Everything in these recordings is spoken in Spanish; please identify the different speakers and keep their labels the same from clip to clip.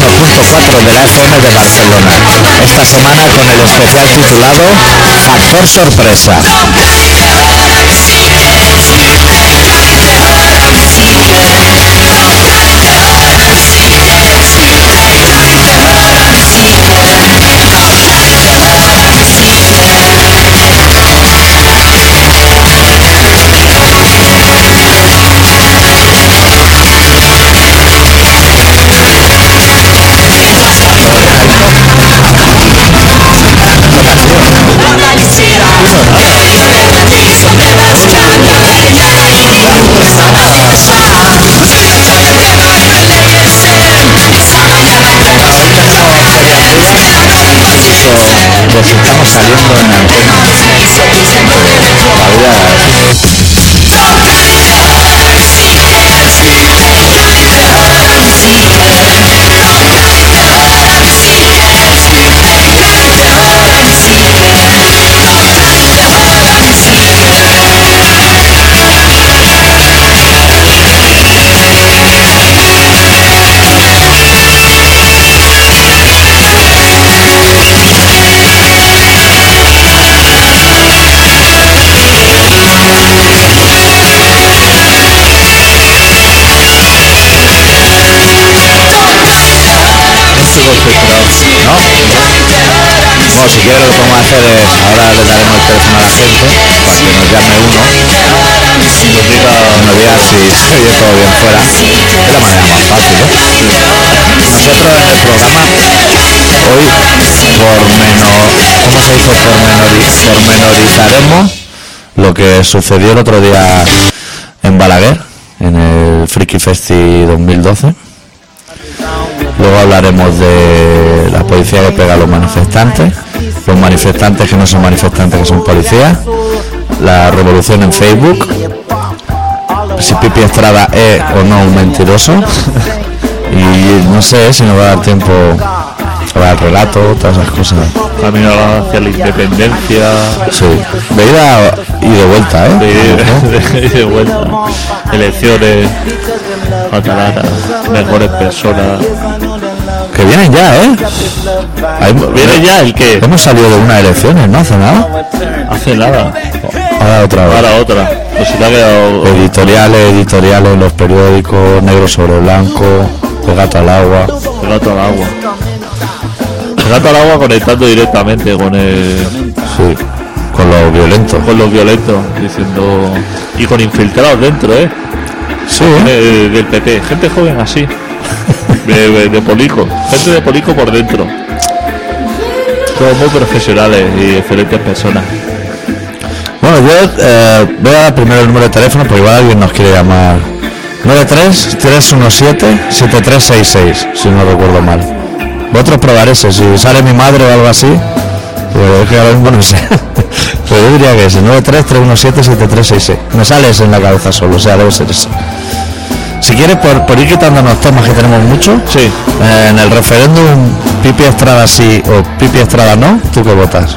Speaker 1: 4 de la FM de Barcelona. Esta semana con el especial titulado Factor Sorpresa. Les pues, estamos saliendo en antena. Todavía- Esto es el filtro, ¿no? Bueno, si quieres lo que podemos hacer es, ahora le daremos el teléfono a la gente para que nos llame uno. Nos diga, nos diga si se oye todo bien fuera. Es la manera más fácil, ¿eh? ¿no? Nosotros en el programa hoy pormenor, ¿cómo se dice? Pormenori- pormenorizaremos lo que sucedió el otro día en Balaguer, en el Friki Festi 2012. Luego hablaremos de la policía que pega a los manifestantes, los manifestantes que no son manifestantes, que son policías, la revolución en Facebook, si Pipi Estrada es o no un mentiroso, y eh, no sé si nos va a dar tiempo para el relato, todas esas cosas.
Speaker 2: camino hacia la independencia
Speaker 1: Sí, de ida y de vuelta,
Speaker 2: de,
Speaker 1: ¿eh?
Speaker 2: de- de vuelta elecciones catalanas mejores personas
Speaker 1: Que vienen ya, ¿eh? Ahí-
Speaker 2: viene ya el que
Speaker 1: Hemos salido de unas elecciones, ¿no? Hace nada.
Speaker 2: hace nada
Speaker 1: Ahora otra vez.
Speaker 2: ahora otra pues se te ha quedado
Speaker 1: Editoriales, editoriales, los periódicos, negro sobre blanco, el gato al agua.
Speaker 2: el gato al agua el gato al agua conectando directamente con el
Speaker 1: Sí, con los violentos.
Speaker 2: con los violentos diciendo y con infiltrados dentro eh
Speaker 1: Sí,
Speaker 2: Eh, del PP gente joven así de, de- de polico gente de polico por dentro todos muy profesionales y excelentes personas
Speaker 1: Bueno, yo eh, voy a dar primero el número de teléfono porque igual alguien nos quiere llamar. 93-317-7366, si no recuerdo mal. Vosotros probar ese, si sale mi madre o algo así, pues es que ahora mismo no sé. Pero yo diría que ese, 93-317-7366. Me sale ese en la cabeza solo, o sea, debe ser ese. Si quieres, por, por ir quitándonos temas que tenemos mucho,
Speaker 2: Sí.
Speaker 1: eh, en el referéndum, Pipi Estrada sí o Pipi Estrada no, ¿tú qué votas?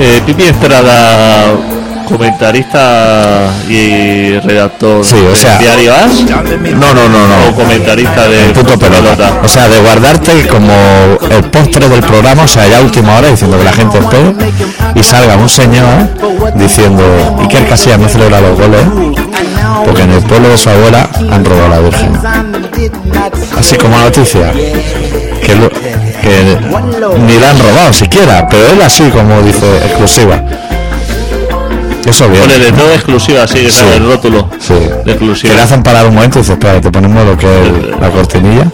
Speaker 2: Eh, Pipi Estrada, comentarista y redactor
Speaker 1: Sí, o
Speaker 2: del
Speaker 1: sea-
Speaker 2: diario As,
Speaker 1: No, no, no,
Speaker 2: o comentarista de
Speaker 1: El punto pelota. O sea, de guardarte como el postre del programa, o sea, ya a última hora diciendo que la gente espere y salga un señor diciendo Iker Casillas no celebra los goles porque en el pueblo de su abuela han robado a la Virgen. Así como la noticia, que, lo- que ni la han robado siquiera, pero él así como dice exclusiva. Eso bien.
Speaker 2: Con el todo exclusiva, así que sale el rótulo
Speaker 1: Sí.
Speaker 2: de
Speaker 1: Que le
Speaker 2: exclusiva.
Speaker 1: hacen parar un momento y dices, espera, te ponemos lo que es el- la cortinilla.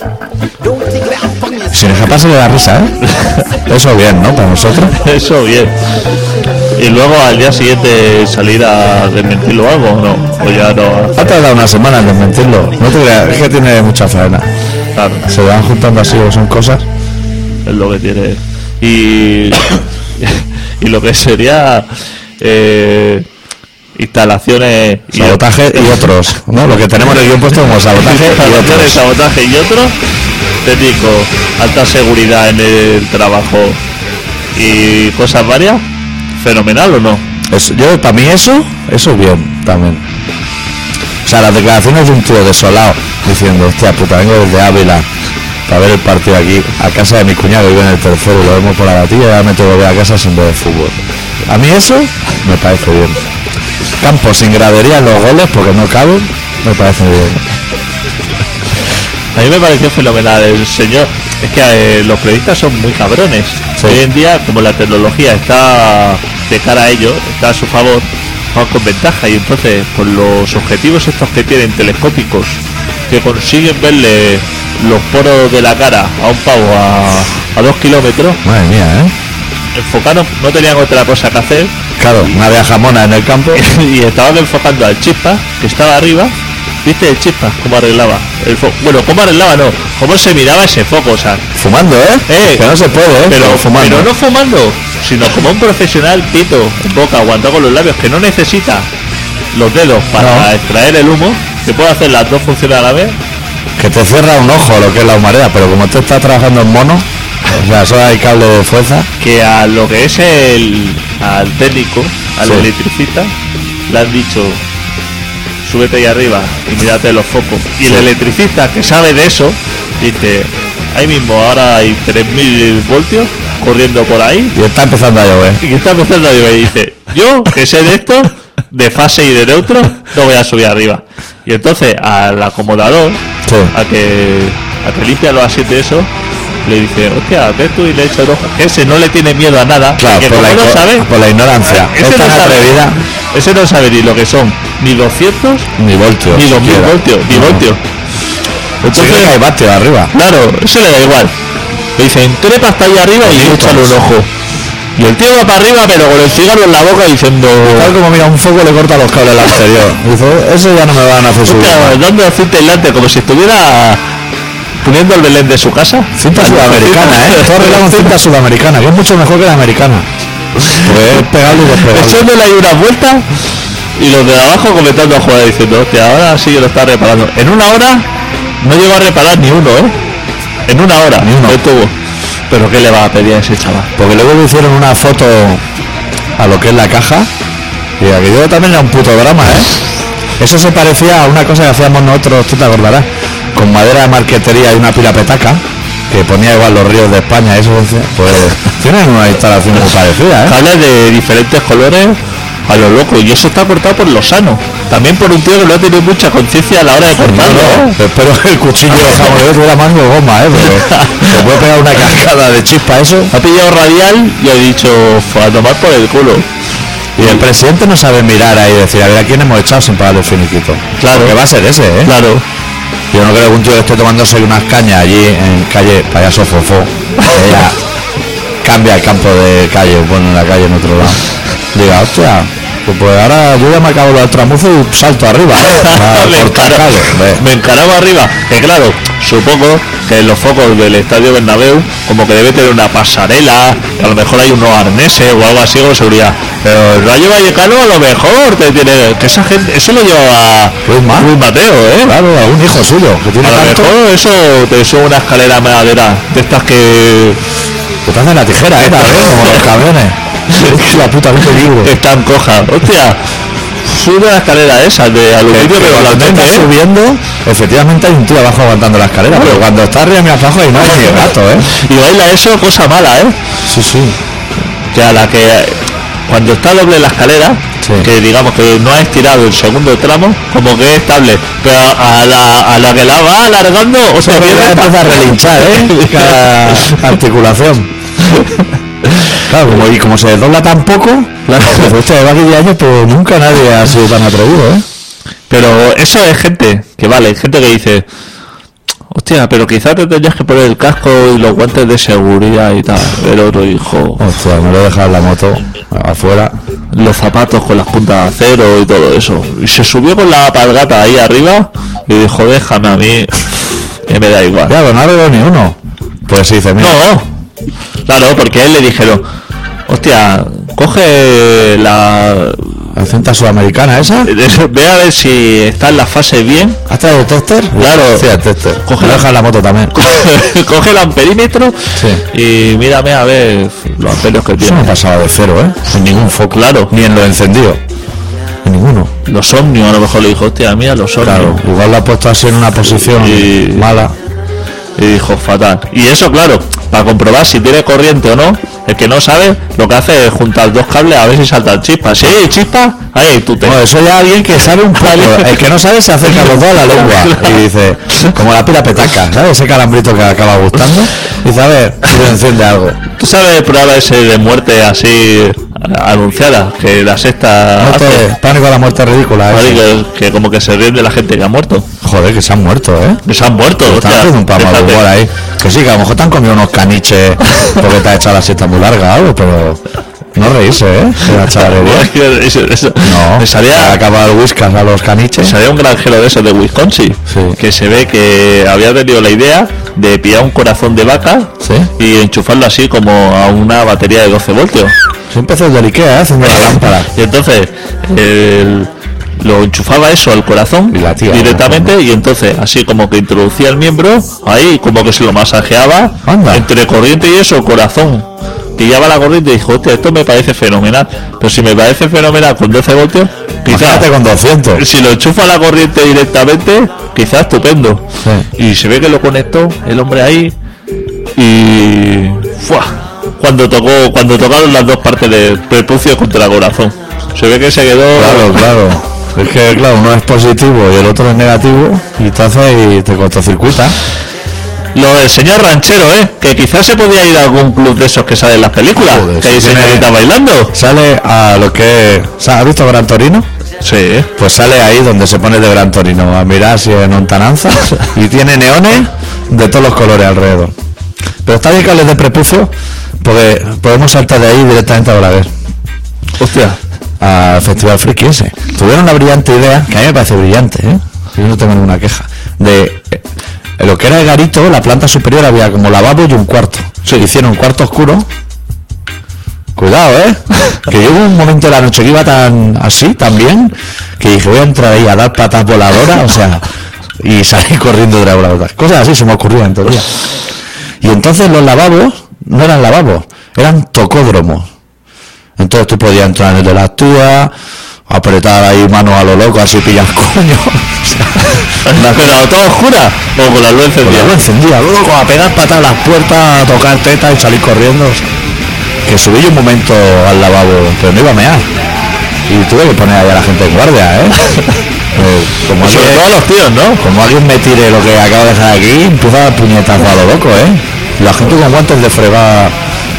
Speaker 1: Si nos pasa le da risa, ¿eh? Eso bien, ¿no? Para nosotros.
Speaker 2: Eso bien. Y luego al día siguiente salir a desmentirlo o algo, ¿o ¿no? O ya no.
Speaker 1: Ha tardado una semana en desmentirlo. No te creas, es que tiene mucha faena.
Speaker 2: Claro,
Speaker 1: Se van juntando así, son cosas.
Speaker 2: es lo que tiene. Y, y lo que sería eh, instalaciones y-
Speaker 1: Sabotaje y otros. ¿No? Lo que tenemos en el guión puesto como sabotaje y
Speaker 2: Sabotaje,
Speaker 1: otros.
Speaker 2: sabotaje y otro. Técnico, alta seguridad en el trabajo y cosas varias. Fenomenal o no?
Speaker 1: Eso- yo, para mí eso, eso bien también. O sea, las declaraciones de un tío desolado diciendo, hostia puta, vengo desde Ávila para ver el partido aquí a casa de mi cuñado que vive en el tercero y lo vemos por la gatilla y ahora me tengo que ir a casa sin ver el fútbol. A mí eso me parece bien. Campos sin gradería en los goles porque no caben, me parece bien.
Speaker 2: A mí me pareció fenomenal el señor. Es que eh, los periodistas son muy cabrones.
Speaker 1: Sí.
Speaker 2: Hoy en día, como la tecnología está de cara a ellos, está a su favor, van con ventaja. Y entonces, con los objetivos estos que tienen telescópicos, que consiguen verle los poros de la cara a un pavo a, a dos kilómetros,
Speaker 1: Madre mía, ¿eh?
Speaker 2: enfocaron, no tenían otra cosa que hacer
Speaker 1: Claro, una de jamona en el campo.
Speaker 2: y estaban enfocando al Chispas, que estaba arriba. ¿Viste el Chispas cómo arreglaba? El fo- bueno, cómo arreglaba no, cómo se miraba ese foco, o sea,
Speaker 1: Fumando, ¿eh?
Speaker 2: Eh,
Speaker 1: que no se puede, ¿eh?
Speaker 2: pero,
Speaker 1: fumando.
Speaker 2: pero no fumando, sino como un profesional pito, en boca aguantado con los labios, que no necesita los dedos para
Speaker 1: No.
Speaker 2: extraer el humo, que puede hacer las dos funciones a la vez.
Speaker 1: Que te cierra un ojo lo que es la humareda, pero como tú estás trabajando en mono, o sea, solo hay cable de fuerza.
Speaker 2: que a lo que es el al técnico, al
Speaker 1: Sí.
Speaker 2: electricista, le han dicho súbete ahí arriba y mírate los focos. Y el electricista que sabe de eso, dice, ahí mismo ahora hay 3.000 voltios corriendo por ahí
Speaker 1: Y está empezando a llover.
Speaker 2: y que está empezando a llover. Y dice, yo que sé de esto, de fase y de neutro, no voy a subir arriba. Y entonces al acomodador,
Speaker 1: Sí.
Speaker 2: a que, a que limpia los asientos eso, le dice, hostia, ve tú y le echa el ojo. Que ese no le tiene miedo a nada.
Speaker 1: Claro,
Speaker 2: que
Speaker 1: por
Speaker 2: como
Speaker 1: la,
Speaker 2: no
Speaker 1: igno-
Speaker 2: sabe,
Speaker 1: por la ignorancia.
Speaker 2: ese
Speaker 1: es tan
Speaker 2: no sabe.
Speaker 1: atrevida.
Speaker 2: Ese no sabe ni lo que son, ni 200,
Speaker 1: Ni voltios.
Speaker 2: ni 2000
Speaker 1: siquiera.
Speaker 2: voltios, ni
Speaker 1: No.
Speaker 2: voltios.
Speaker 1: Se cree que hay vatios arriba.
Speaker 2: Claro, eso le da igual. Le dicen, trepa hasta ahí arriba y
Speaker 1: Bonitos.
Speaker 2: échale un ojo. Y el tío va para arriba, pero con el cigarro en la boca diciendo...
Speaker 1: Tal como mira, un foco le corta los cables al anterior. Dice, eso ya no me van a hacer subir.
Speaker 2: Puta, dando cinta aislante como si estuviera poniendo el Belén de su casa.
Speaker 1: Cinta sudamericana, ¿eh? Todo arreglado con cinta sudamericana, que es mucho mejor que la americana. Pues es pegable y despegable.
Speaker 2: Echándole ahí unas vueltas y los de abajo comentando a jugar diciendo, hostia, ahora sí que lo está reparando. En una hora no llegó a reparar ni uno, ¿eh? En una hora, ni
Speaker 1: uno.
Speaker 2: tuvo. Pero ¿qué le va a pedir a ese chaval?
Speaker 1: Porque luego le hicieron una foto a lo que es la caja. Y aquello también era un puto drama, ¿eh? Eso se parecía a una cosa que hacíamos nosotros, tú te acordarás, con madera de marquetería y una pila petaca, que ponía igual los ríos de España, eso pues tienen una instalación muy parecida, ¿eh?
Speaker 2: Habla de diferentes colores a lo loco y eso está cortado por lo sano. También por un tío que no ha tenido mucha conciencia a la hora de cortarlo, ¿eh?
Speaker 1: Bueno, espero que el cuchillo de jamonero tuviera más de goma, ¿eh? Pero se puede pegar una cascada de chispa a eso.
Speaker 2: Ha pillado radial y ha dicho, "Fua, a tomar por el culo.
Speaker 1: Y el presidente no sabe mirar ahí y decir, a ver, ¿a quién hemos echado sin pagar el finiquito?
Speaker 2: Claro.
Speaker 1: Que va a ser ese, ¿eh?
Speaker 2: Claro.
Speaker 1: Yo no creo que un tío que esté tomándose unas cañas allí en calle Payaso Fofó. que ya cambia el campo de calle, bueno, la calle en otro lado. Diga, hostia, pues, pues ahora yo ya me acabo los tramuzos y salto arriba, ¿eh?
Speaker 2: me,
Speaker 1: Para cortar
Speaker 2: encara-
Speaker 1: cable, hombre.
Speaker 2: me encaraba arriba. Que claro, supongo que en los focos del estadio Bernabéu como que debe tener una pasarela, a lo mejor hay unos arneses o algo así con seguridad. Pero el Rayo Vallecano a lo mejor te tiene. Que esa gente, eso lo lleva
Speaker 1: Luis Ma-
Speaker 2: Luis Mateo, ¿eh?
Speaker 1: Pues Claro, a un hijo suyo, que tiene
Speaker 2: A lo
Speaker 1: tanto,
Speaker 2: mejor eso te sube una escalera de madera de estas que
Speaker 1: que te hacen la tijera, ¿eh? También, como los camiones. Es que la puta vida libre.
Speaker 2: que están cojas. Hostia, sube la escalera esa de aluminio,
Speaker 1: Pues Que
Speaker 2: pero la
Speaker 1: cuando
Speaker 2: teta,
Speaker 1: estás
Speaker 2: ¿eh?
Speaker 1: subiendo, efectivamente hay un tío abajo aguantando la escalera, pero cuando está arriba mira abajo y no hay ni el gato, ¿eh?
Speaker 2: Y baila eso, cosa mala, ¿eh?
Speaker 1: Sí, sí.
Speaker 2: Ya la que eh, cuando está doble la escalera,
Speaker 1: Sí.
Speaker 2: que digamos que no ha estirado el segundo tramo, como que es estable, pero a la, a la que la va alargando, o sea,
Speaker 1: Pero ya
Speaker 2: pierde
Speaker 1: empieza a relinchar, ¿eh? Cada articulación. Claro, como, y como se desdobla tan poco, claro, usted va 10 años, pero nunca nadie ha sido tan atrevido, ¿eh?
Speaker 2: Pero eso es gente que vale, gente que dice, hostia, pero quizás te tendrías que poner el casco y los guantes de seguridad y tal. El otro hijo,
Speaker 1: Hostia, me lo he dejado en la moto afuera.
Speaker 2: los zapatos con las puntas de acero y todo eso. Y se subió con la palgata ahí arriba y dijo, déjame a mí, que me da igual.
Speaker 1: Ya, pero no ha arreglado ni uno. Pues sí, dice, mira,
Speaker 2: No, claro, porque a él le dijeron, hostia, coge la...
Speaker 1: la cinta sudamericana esa,
Speaker 2: Ve a ver si está en la fase bien,
Speaker 1: ¿has traído el tester?
Speaker 2: Claro.
Speaker 1: Sí, el tester.
Speaker 2: Coge-
Speaker 1: Me lo he dejado en la moto también.
Speaker 2: coge el amperímetro
Speaker 1: Sí.
Speaker 2: y mírame a ver los amperios que
Speaker 1: Eso
Speaker 2: tiene.
Speaker 1: no pasaba de cero, ¿eh?
Speaker 2: Sin ningún foco, claro.
Speaker 1: Ni en lo encendido. En ninguno.
Speaker 2: Los ómnibus a lo mejor le dijo, hostia, mira los ómnibus.
Speaker 1: Claro, igual lo ha puesto así en una posición
Speaker 2: Y-
Speaker 1: mala.
Speaker 2: Y dijo, fatal. Y eso, claro, para comprobar si tiene corriente o no, el que no sabe, lo que hace es juntar dos cables a ver si saltan chispas. Si hay chispas, ahí hay tute.
Speaker 1: No, eso ya alguien que sabe un poco. El que no sabe se acerca los dos a la lengua y dice, como la pila petaca, ¿sabes? Ese calambrito que acaba gustando. Dice, a ver, si le enciende algo.
Speaker 2: ¿Tú sabes el programa ese de muerte así a- anunciada? Que la sexta
Speaker 1: Muerte-
Speaker 2: hace,
Speaker 1: pánico a la muerte ridícula. ese.
Speaker 2: Marico, que como que se ríen de la gente que ha muerto.
Speaker 1: Joder, que se han muerto, ¿eh?
Speaker 2: Que se han muerto,
Speaker 1: Están
Speaker 2: hostia.
Speaker 1: haciendo un programa de
Speaker 2: Fíjate.
Speaker 1: humor ahí. Que sí, que a lo mejor te han comido unos caniches porque te ha echado la siesta muy larga o algo, pero no reírse, ¿eh? De la chavalería.
Speaker 2: Eso- eso-
Speaker 1: ¿eh? No,
Speaker 2: Me salía-
Speaker 1: ha acabado el whiskas a los caniches.
Speaker 2: Pues había un granjero de esos de Wisconsin
Speaker 1: Sí.
Speaker 2: que se ve que había tenido la idea de pillar un corazón de vaca
Speaker 1: Sí.
Speaker 2: y enchufarlo así como a una batería de 12 voltios.
Speaker 1: Siempre haces del Ikea, ¿eh? haciendo la lámpara.
Speaker 2: Y entonces el- lo enchufaba eso al corazón
Speaker 1: Y la tía,
Speaker 2: directamente y entonces así como que introducía el miembro ahí como que se lo masajeaba
Speaker 1: Anda.
Speaker 2: entre corriente y eso corazón pillaba la corriente y dijo hostia esto me parece fenomenal pero si me parece fenomenal con 12 voltios quizás
Speaker 1: Imagínate con 200.
Speaker 2: si lo enchufa a la corriente directamente, quizás estupendo.
Speaker 1: Sí.
Speaker 2: Y se ve que lo conectó el hombre ahí y ¡fua! cuando tocó, cuando tocaron las dos partes del prepucio contra el corazón. Se ve que se quedó
Speaker 1: Claro, claro. Es que, claro, uno es positivo y el otro es negativo y te hace y te cortocircuita.
Speaker 2: lo del señor ranchero, eh, que quizás se podía ir a algún club de esos que salen en las películas,
Speaker 1: Joder,
Speaker 2: que hay
Speaker 1: si tiene-
Speaker 2: señorita bailando.
Speaker 1: Sale a lo que... ¿Has visto Gran Torino?
Speaker 2: Sí, eh.
Speaker 1: Pues sale ahí donde se pone de Gran Torino, a mirar si es Ontananza y tiene neones de todos los colores alrededor. Pero está bien que hables de prepucio, porque podemos saltar de ahí directamente a Balaguer,
Speaker 2: Hostia.
Speaker 1: al Festival Friki ese. Tuvieron la brillante idea, que a mí me parece brillante, ¿eh? yo no tengo ninguna queja, de eh, lo que era el garito, la planta superior había como lavabo y un cuarto. Se Hicieron un cuarto oscuro. Cuidado, ¿eh? Que yo hubo un momento de la noche que iba tan así, tan bien, que dije, voy a entrar ahí a dar patas voladoras, o sea, y salí corriendo de la voladora. Cosas así se me ocurrían todavía. Y entonces los lavabos no eran lavabos, eran tocódromos. Entonces tú podías entrar en el de las actúa, apretar ahí mano a lo loco, así pillas coño. O sea,
Speaker 2: Pero todo oscura o con la luz
Speaker 1: pues
Speaker 2: encendida.
Speaker 1: la luz encendida, luego a pegar patas a las puertas, a tocar tetas y salir corriendo. Que subí yo un momento al lavabo, pero no iba a mear. Y tuve que poner ahí a la gente en guardia, ¿eh? Eh, como,
Speaker 2: Sobre
Speaker 1: alguien,
Speaker 2: todo a los tíos, ¿no?
Speaker 1: como alguien me tire lo que acabo de dejar aquí, empieza a dar puñetazos a lo loco, ¿eh? Y la gente con guantes de fregar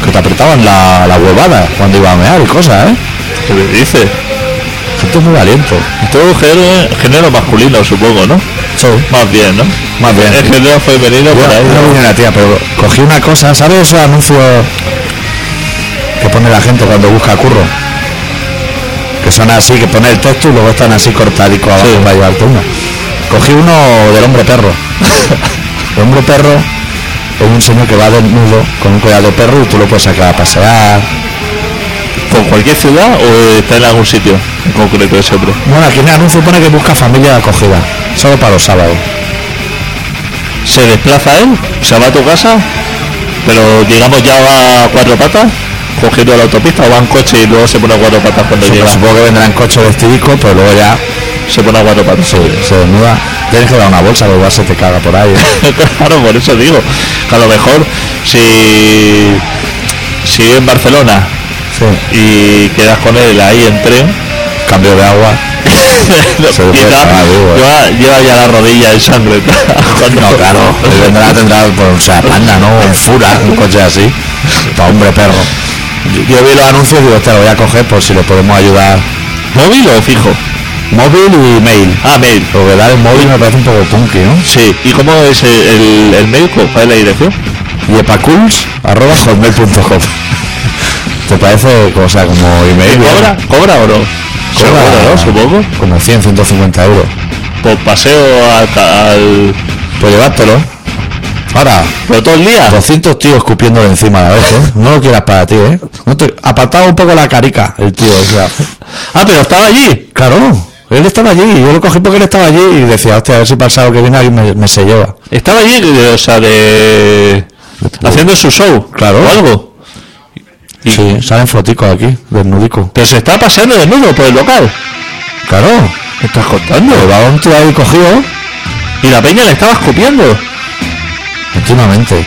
Speaker 1: que te apretaban la, la huevada cuando iba a mear y cosas, ¿eh?
Speaker 2: ¿Qué me dices?
Speaker 1: Gente muy valiente.
Speaker 2: Todo género, género masculino, supongo, ¿no? Más bien, ¿no?
Speaker 1: Más bien.
Speaker 2: El género femenino
Speaker 1: Yo
Speaker 2: por ahí.
Speaker 1: no vi una tía, pero cogí una cosa, ¿sabes esos anuncios que pone la gente cuando busca curro? Que son así, que pone el texto y luego están así cortadicos abajo para llevarte uno. Cogí uno del hombre perro. el hombre perro es un señor que va desnudo con un collar de perro y tú lo puedes sacar a pasear.
Speaker 2: ¿Por cualquier ciudad o está en algún sitio en concreto ese hombre?
Speaker 1: Bueno, aquí en el anuncio pone que busca familia de acogida, solo para los sábados.
Speaker 2: ¿Se desplaza él? ¿Se va a tu casa? Pero digamos ya va a cuatro patas, cogiendo la autopista, o va en coche y luego se pone a cuatro patas cuando llega.
Speaker 1: Supongo que vendrán coches vestidico, pero luego ya
Speaker 2: Se pone a cuatro patas.
Speaker 1: se, se desnuda. Tienes que dar una bolsa, porque igual se te caga por ahí. ¿eh?
Speaker 2: claro, por eso digo. Que a lo mejor si, si vive en Barcelona
Speaker 1: Sí.
Speaker 2: y quedas con él ahí en tren,
Speaker 1: cambio de agua.
Speaker 2: No,
Speaker 1: Se lo puede
Speaker 2: lleva,
Speaker 1: tragar vivo, eh.
Speaker 2: lleva- lleva ya la rodilla en sangre. Cuando-
Speaker 1: No, claro, él vendrá, tendrá pues, o sea, panda, ¿no? Un fura, un coche así. Pa' hombre, perro. Yo, yo vi los anuncios y digo, te lo voy a coger por si le podemos ayudar.
Speaker 2: ¿Móvil o fijo?
Speaker 1: Móvil y mail.
Speaker 2: Ah, mail.
Speaker 1: Porque dar el móvil me parece un poco punky, ¿no?
Speaker 2: Sí. ¿Y cómo es el, el, el mail? ¿Cuál es la dirección?
Speaker 1: Y epaculs, arroba hotmail.com. ¿Te parece, o sea, como email? bien?
Speaker 2: ¿Eh? ¿Cobra? ¿Cobra Ah. o no? Se
Speaker 1: Cobra,
Speaker 2: ¿no? Supongo.
Speaker 1: Como 100, 150 euros.
Speaker 2: Por paseo al... ca- al-
Speaker 1: Pues llevártelo. Ahora,
Speaker 2: ¿Pero todo el día?
Speaker 1: 200 tíos escupiéndole encima a la vez, ¿eh? No lo quieras para ti, ¿eh? No te... Apartaba un poco la carica, el tío, o sea...
Speaker 2: Ah, pero estaba allí.
Speaker 1: Claro, él estaba allí, yo lo cogí porque él estaba allí y decía, hostia, a ver si pasado que viene alguien me, me se lleva.
Speaker 2: Estaba allí, de- o sea, de... Haciendo su show.
Speaker 1: Claro.
Speaker 2: O algo. Y-
Speaker 1: Sí, salen foticos aquí, desnudico.
Speaker 2: Pero se está paseando desnudo por el local.
Speaker 1: Claro,
Speaker 2: ¿Me estás contando?
Speaker 1: llevaba un tío ahí cogido
Speaker 2: Y la peña le estaba escupiendo.
Speaker 1: Últimamente.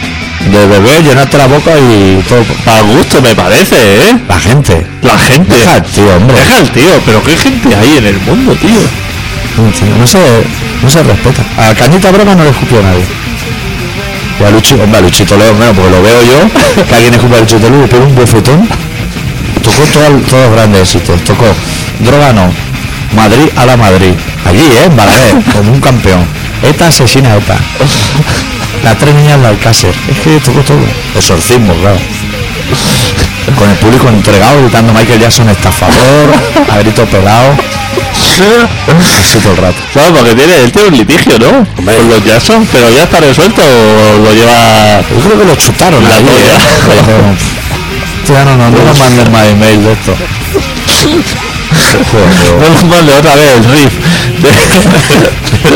Speaker 1: De bebé llenarte la boca y todo.
Speaker 2: Para gusto me parece, ¿eh?
Speaker 1: La gente.
Speaker 2: La gente.
Speaker 1: Deja al tío, hombre.
Speaker 2: Deja al tío, pero qué gente hay en el mundo, tío.
Speaker 1: No, tío, No se, no se respeta. A Cañita Broma no le escupió nadie. Y a Luchi, hombre, a Luchito León, bueno, porque lo veo yo, que alguien escupa a Luchito León, pero un bofetón. Tocó todo- todos los grandes éxitos. Tocó Droga no, Madrid a la Madrid. Allí, ¿eh? En Balaguer, como un campeón. ETA asesina a ETA. Las tres niñas de Alcácer. Es que tocó todo. Exorcismo, claro. Con el público entregado, gritando Michael Jackson estafador, a grito pelado. Así todo el rato.
Speaker 2: Claro, porque tiene, él tiene un litigio, ¿no? Con los Jackson, pero ya está resuelto
Speaker 1: Pues
Speaker 2: o lo lleva...
Speaker 1: Yo creo que lo chutaron
Speaker 2: La
Speaker 1: ahí,
Speaker 2: polla.
Speaker 1: ¿eh? Dijeron, "Hostia, no, no, no nos manden más email de esto. Joder,
Speaker 2: No lo mande otra vez el riff. Que-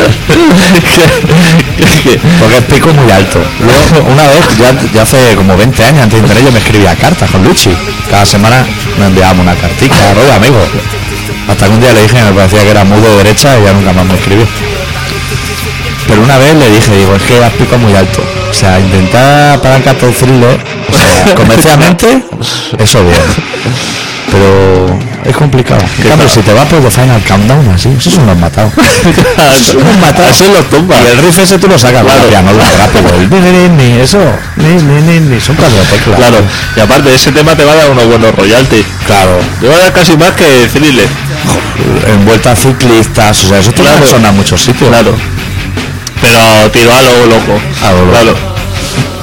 Speaker 2: que- que-
Speaker 1: Porque es pico muy alto. Luego, una vez, ya, ya hace como 20 años antes de internet, yo me escribía cartas con Luchi. Cada semana nos enviábamos una cartita, rollo amigo. Hasta que un día le dije que me parecía que era mudo derecha y ya nunca más me escribió. Pero una vez le dije, digo, es que has picado muy alto. O sea, intentar apalancar todo el thriller, o sea, comercialmente, eso bien. Pero es complicado. En cambio, si te vas por The Final Countdown, así, eso es un matado.
Speaker 2: Así- así lo tumba.
Speaker 1: Y el riff ese tú lo sacas,
Speaker 2: Claro.
Speaker 1: claro. ya no lo rápido. El ni, ni, ni, eso, ni, ni, ni, ni, son cuatro teclas.
Speaker 2: Claro, y aparte ese tema te va a dar unos buenos royalties.
Speaker 1: Claro.
Speaker 2: Te va a dar casi más que Thriller.
Speaker 1: En vueltas ciclistas, o sea, eso te
Speaker 2: Claro.
Speaker 1: claro. suena a muchos sitios.
Speaker 2: Claro. Pero tiró a lo loco.
Speaker 1: A lo loco.
Speaker 2: Claro.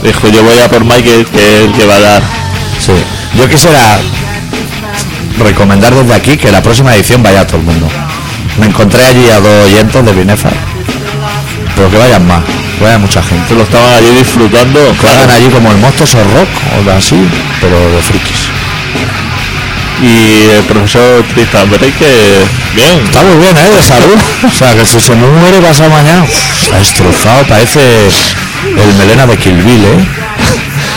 Speaker 2: Dijo, yo voy a por Michael, que es el que va a dar.
Speaker 1: Sí. Yo quisiera recomendar desde aquí que la próxima edición vaya a todo el mundo. Me encontré allí a dos oyentes de Binefa. Pero que vayan más, que vaya mucha gente.
Speaker 2: Se lo estaban allí disfrutando.
Speaker 1: Que hagan
Speaker 2: Claro.
Speaker 1: allí como el Monsters o Rock o así, pero de frikis.
Speaker 2: Y el profesor Tristan, veréis que bien.
Speaker 1: Está muy bien, ¿eh? De salud. O sea, que si se me muere pasa mañana. Está destrozado, parece el melena de Kill Bill, ¿eh?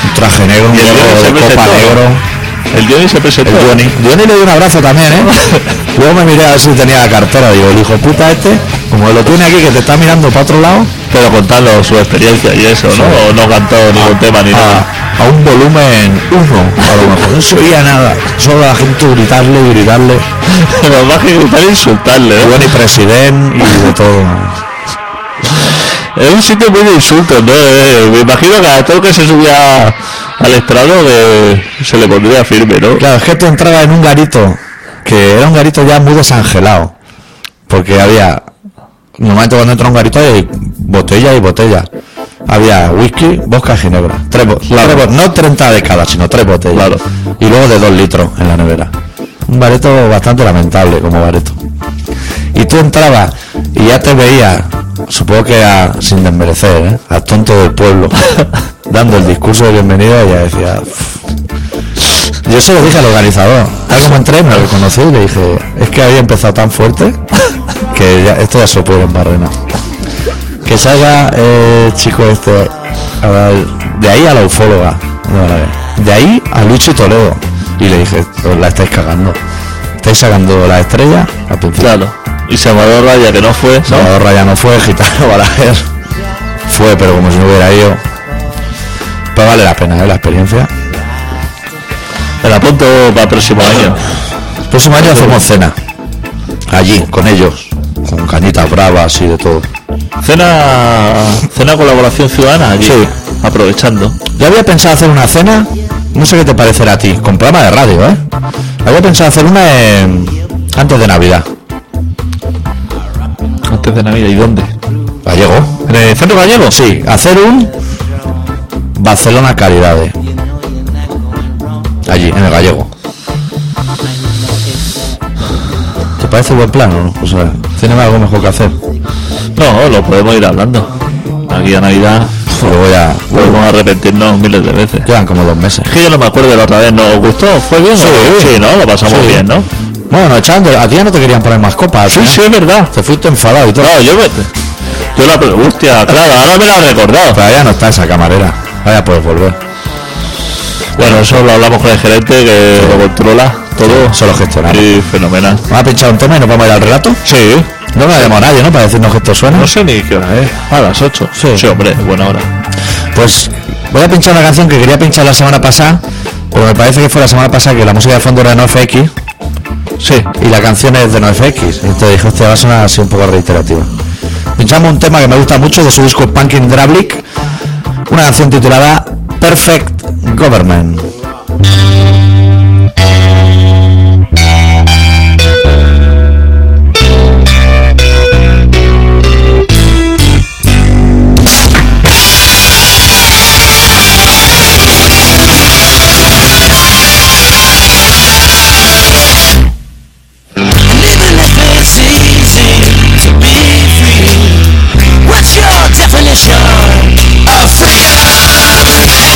Speaker 1: Un traje negro, un
Speaker 2: Y el Johnny
Speaker 1: gorro de
Speaker 2: se
Speaker 1: copa
Speaker 2: presentó.
Speaker 1: negro.
Speaker 2: El Johnny se presentó.
Speaker 1: El Johnny. Johnny le dio un abrazo también, ¿eh? Luego me miré a ver si tenía la cartera. Digo, el hijo puta este, como lo tiene aquí que te está mirando para otro lado,
Speaker 2: Pero contando su experiencia y eso, ¿no?
Speaker 1: Sí.
Speaker 2: O no cantó ningún tema ni nada.
Speaker 1: a, a un volumen uno, a lo mejor. No se oía nada. Solo la gente gritarle y gritarle.
Speaker 2: Pero Ah. más que gritar insultarle, ¿eh? ¿no?
Speaker 1: Johnny presidente y de todo.
Speaker 2: Es un sitio muy de insultos, ¿no? Eh, Me imagino que a todo que se subía al estrado eh, se le pondría firme, ¿no?
Speaker 1: Claro, es que tú entrabas en un garito, que era un garito ya muy desangelado, porque había, normalmente cuando entra un garito hay botella y botella. Había whisky, vodka, ginebra. Tres, bo-
Speaker 2: Claro.
Speaker 1: tres bo- no 30 de cada, sino tres botellas.
Speaker 2: Claro.
Speaker 1: Y luego de dos litros en la nevera. Un bareto bastante lamentable como bareto. Y tú entrabas y ya te veía, supongo que a- sin desmerecer, ¿eh? al tonto del pueblo, dando el discurso de bienvenida y ya decía, yo se lo dije al organizador. Tal como entré, me reconocí y le dije, es que había empezado tan fuerte que ya- esto ya se puede embarrar. ¿no? Que salga eh, chico este, a la- de ahí a la ufóloga, no, a la vez. de ahí a Lucho Toledo. Y le dije, os la estáis cagando. Estáis sacando la estrella al principio.
Speaker 2: Claro. Y Salvador Raya, que no fue, ¿no?
Speaker 1: Salvador Raya no fue, Gitano Balaguer fue, pero como si no hubiera ido. Pero vale la pena, ¿eh? La experiencia.
Speaker 2: Me la apunto para el próximo año.
Speaker 1: Próximo año hacemos cena. Allí, con ellos. Con cañitas bravas y de todo.
Speaker 2: Cena, cena colaboración ciudadana allí.
Speaker 1: Sí.
Speaker 2: Aprovechando.
Speaker 1: Yo había pensado hacer una cena, no sé qué te parecerá a ti, con programa de radio, ¿eh? Había pensado hacer una en- antes de Navidad.
Speaker 2: Antes de Navidad, ¿y dónde?
Speaker 1: Gallego.
Speaker 2: ¿En el centro gallego?
Speaker 1: Sí, hacer un Barcelona Caridades. Allí, en el gallego. ¿Te parece buen plan o no? O sea, ¿tienes algo mejor que hacer?
Speaker 2: No, lo podemos ir hablando. Aquí a Navidad
Speaker 1: Luego ya...
Speaker 2: podemos arrepentirnos miles de veces.
Speaker 1: Quedan como dos meses.
Speaker 2: Es que yo no me acuerdo de la otra vez, ¿nos gustó? ¿Fue bien? o
Speaker 1: Sí.
Speaker 2: no? sí ¿no? Lo pasamos
Speaker 1: Sí.
Speaker 2: bien, ¿no?
Speaker 1: Bueno, no, echando, a ti ya no te querían poner más copas.
Speaker 2: Sí,
Speaker 1: ¿eh?
Speaker 2: sí, es verdad.
Speaker 1: Te fuiste enfadado y todo.
Speaker 2: No, yo me... Yo la... Hostia, claro, ahora me la he recordado.
Speaker 1: Pero ya no está esa camarera. Ahora ya puedes volver.
Speaker 2: Bueno, eso lo hablamos con el gerente que lo controla todo.
Speaker 1: Solo gestionar.
Speaker 2: Sí, fenomenal.
Speaker 1: ¿Me ha pinchado un tema y nos vamos a ir al relato?
Speaker 2: Sí.
Speaker 1: No nos ha llamado nadie, ¿no? Para decirnos que esto suena.
Speaker 2: No sé ni qué hora es. A las 8.
Speaker 1: Sí.
Speaker 2: hombre, buena hora.
Speaker 1: Pues voy a pinchar una canción que quería pinchar la semana pasada, pero me parece que fue la semana pasada que la música de fondo era de NoFX. Sí. Y la canción es de NoFX. Entonces dije, hostia, va a sonar así un poco reiterativa. Pinchamos un tema que me gusta mucho de su disco Punkin Drablik, una canción titulada Perfect Government.
Speaker 3: Living like it's easy to be free. What's your definition of freedom?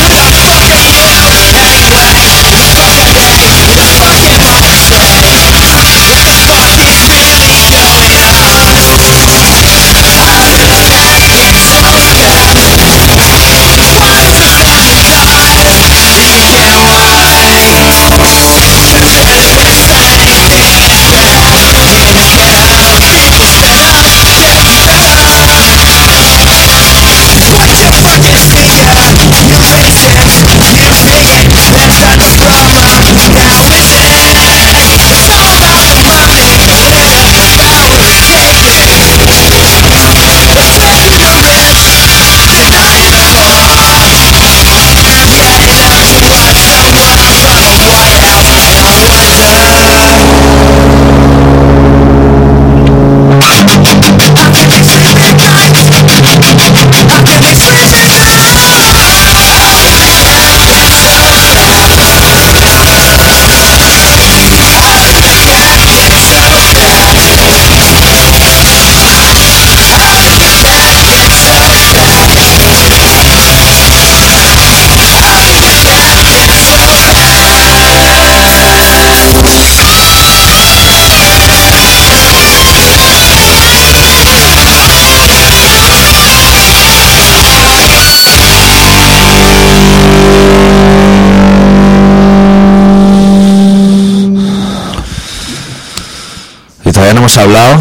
Speaker 1: Y todavía no hemos hablado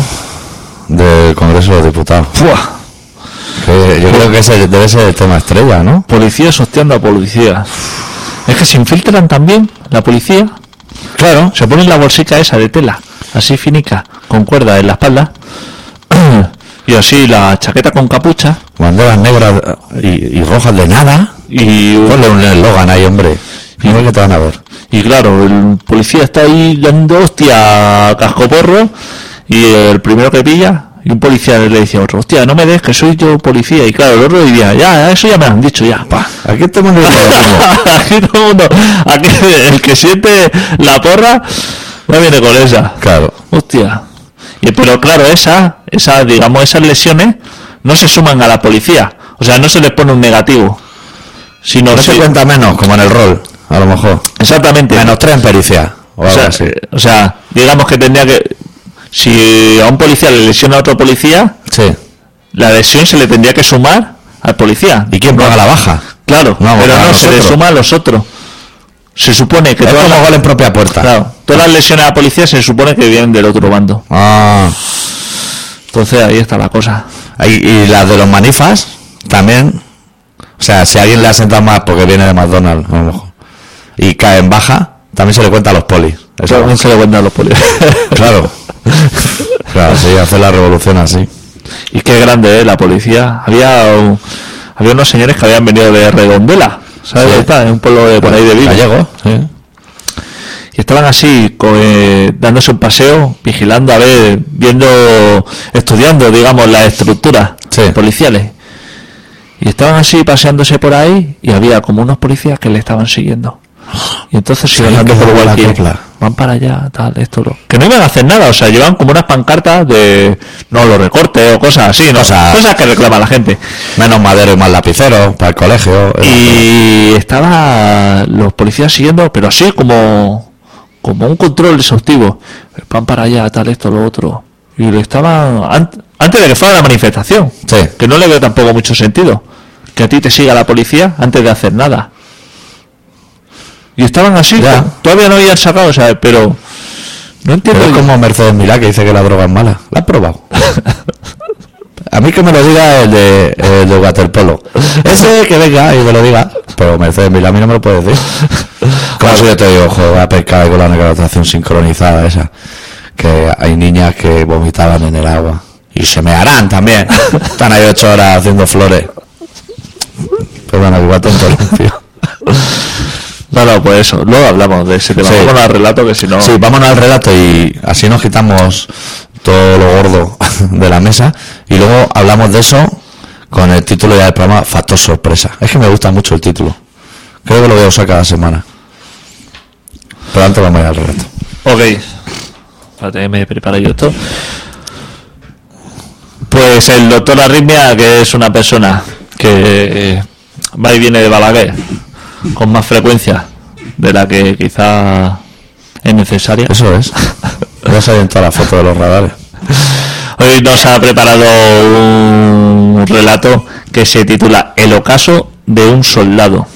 Speaker 1: del Congreso de los Diputados.
Speaker 2: ¡Fua!
Speaker 1: Que yo creo que ese debe ser el tema estrella, ¿no?
Speaker 2: Policía hostiando a policía. Es que se infiltran también la policía.
Speaker 1: Claro.
Speaker 2: Se ponen la bolsica esa de tela, así finica, con cuerda en la espalda. y así la chaqueta con capucha.
Speaker 1: Banderas negras y, y rojas de nada.
Speaker 2: Y,
Speaker 1: Ponle un eslogan ahí, hombre. Y no que te van a ver.
Speaker 2: y claro, el policía está ahí dando hostia a cascoporro. Y el primero que pilla, y un policía le dice a otro: Hostia, no me des, que soy yo policía. Y claro, el otro diría: Ya, eh, eso ya me lo han dicho, ya. Pa.
Speaker 1: Aquí estamos en el
Speaker 2: aquí todo el mundo, aquí el que siente la porra, no viene con esa.
Speaker 1: Claro.
Speaker 2: Hostia. Y, pero claro, esa, esa, digamos, esas lesiones no se suman a la policía. O sea, no se les pone un negativo. Sino
Speaker 1: No se
Speaker 2: si-
Speaker 1: cuenta Ah, menos, como en el rol, a lo mejor.
Speaker 2: exactamente.
Speaker 1: Menos tres en pericia. O
Speaker 2: o,
Speaker 1: algo
Speaker 2: sea,
Speaker 1: así.
Speaker 2: eh, o sea, digamos que tendría que. Si a un policía le lesiona a otro policía,
Speaker 1: Sí.
Speaker 2: la lesión se le tendría que sumar al policía.
Speaker 1: ¿Y quién paga la baja?
Speaker 2: Claro,
Speaker 1: No,
Speaker 2: pero
Speaker 1: a
Speaker 2: no se le
Speaker 1: nosotros.
Speaker 2: suma a los otros. Se supone que
Speaker 1: Es
Speaker 2: todas
Speaker 1: como
Speaker 2: las-
Speaker 1: gol en propia puerta.
Speaker 2: Claro, todas las lesiones a la policía se supone que vienen del otro bando.
Speaker 1: Ah,
Speaker 2: Entonces ahí está la cosa.
Speaker 1: y, y las de los manifas también. O sea, si a alguien le ha sentado más porque viene de McDonald's, a lo mejor, y cae en baja, también se le cuenta a los polis. Eso-
Speaker 2: También se le cuenta a los policías.
Speaker 1: claro. Claro, sí, hacer la revolución así.
Speaker 2: y qué grande, ¿eh? La policía. Había, un- había unos señores que habían venido de Redondela, ¿sabes?
Speaker 1: Sí.
Speaker 2: Está, en un pueblo de por ahí de Vigo.
Speaker 1: Gallego, sí.
Speaker 2: Y estaban así, co- eh, dándose un paseo, vigilando, a ver, viendo, estudiando, digamos, las estructuras
Speaker 1: Sí.
Speaker 2: policiales. Y estaban así paseándose por ahí y había como unos policías que le estaban siguiendo. Y entonces
Speaker 1: Sí,
Speaker 2: iban dando
Speaker 1: que
Speaker 2: por
Speaker 1: buena
Speaker 2: cualquier-
Speaker 1: copla.
Speaker 2: Van para allá, tal, esto, lo... Que no iban a hacer nada, o sea, llevan como unas pancartas de... No, los recortes o cosas así, ¿no?
Speaker 1: Cosas-
Speaker 2: cosas que reclama la gente.
Speaker 1: Menos madero y más lapicero para el colegio. eh.
Speaker 2: Y estaba los policías siguiendo, pero así como, como un control exhaustivo. Van para allá, tal, esto, lo otro. Y le estaban. ant- antes de que fuera la manifestación.
Speaker 1: Sí.
Speaker 2: Que no le veo tampoco mucho sentido. Que a ti te siga la policía antes de hacer nada. Y estaban así,
Speaker 1: Ya.
Speaker 2: to- todavía no habían sacado, o sea, pero. No
Speaker 1: Pero
Speaker 2: entiendo.
Speaker 1: es
Speaker 2: yo-
Speaker 1: como Mercedes Milá que dice que la droga es mala. ¿La has probado? A mí que me lo diga el de, el de waterpolo. Ese que venga y me lo diga. Pero Mercedes Mil a mí no me lo puede decir. Claro, yo te digo, joder, a pescar con la natación sincronizada esa. Que hay niñas que vomitaban en el agua. Y se me harán también. Están ahí ocho horas haciendo flores. Perdona, igual te interrumpí.
Speaker 2: No, no, pues eso. Luego hablamos de ese tema.
Speaker 1: Sí.
Speaker 2: Vamos al relato que si no.
Speaker 1: Sí, vámonos al relato y así nos quitamos todo lo gordo de la mesa y luego hablamos de eso con el título ya del programa Factor Sorpresa. Es que me gusta mucho el título. Creo que lo voy a usar cada semana. Pero antes vamos a ir al relato.
Speaker 2: Ok. Espérate que me preparo yo esto. Pues el doctor Arritmia, que es una persona que va y viene de Balaguer con más frecuencia de la que quizá es necesaria.
Speaker 1: Eso es. Ya salen todas las fotos de los radares.
Speaker 2: Hoy nos ha preparado un relato que se titula El ocaso de un soldado.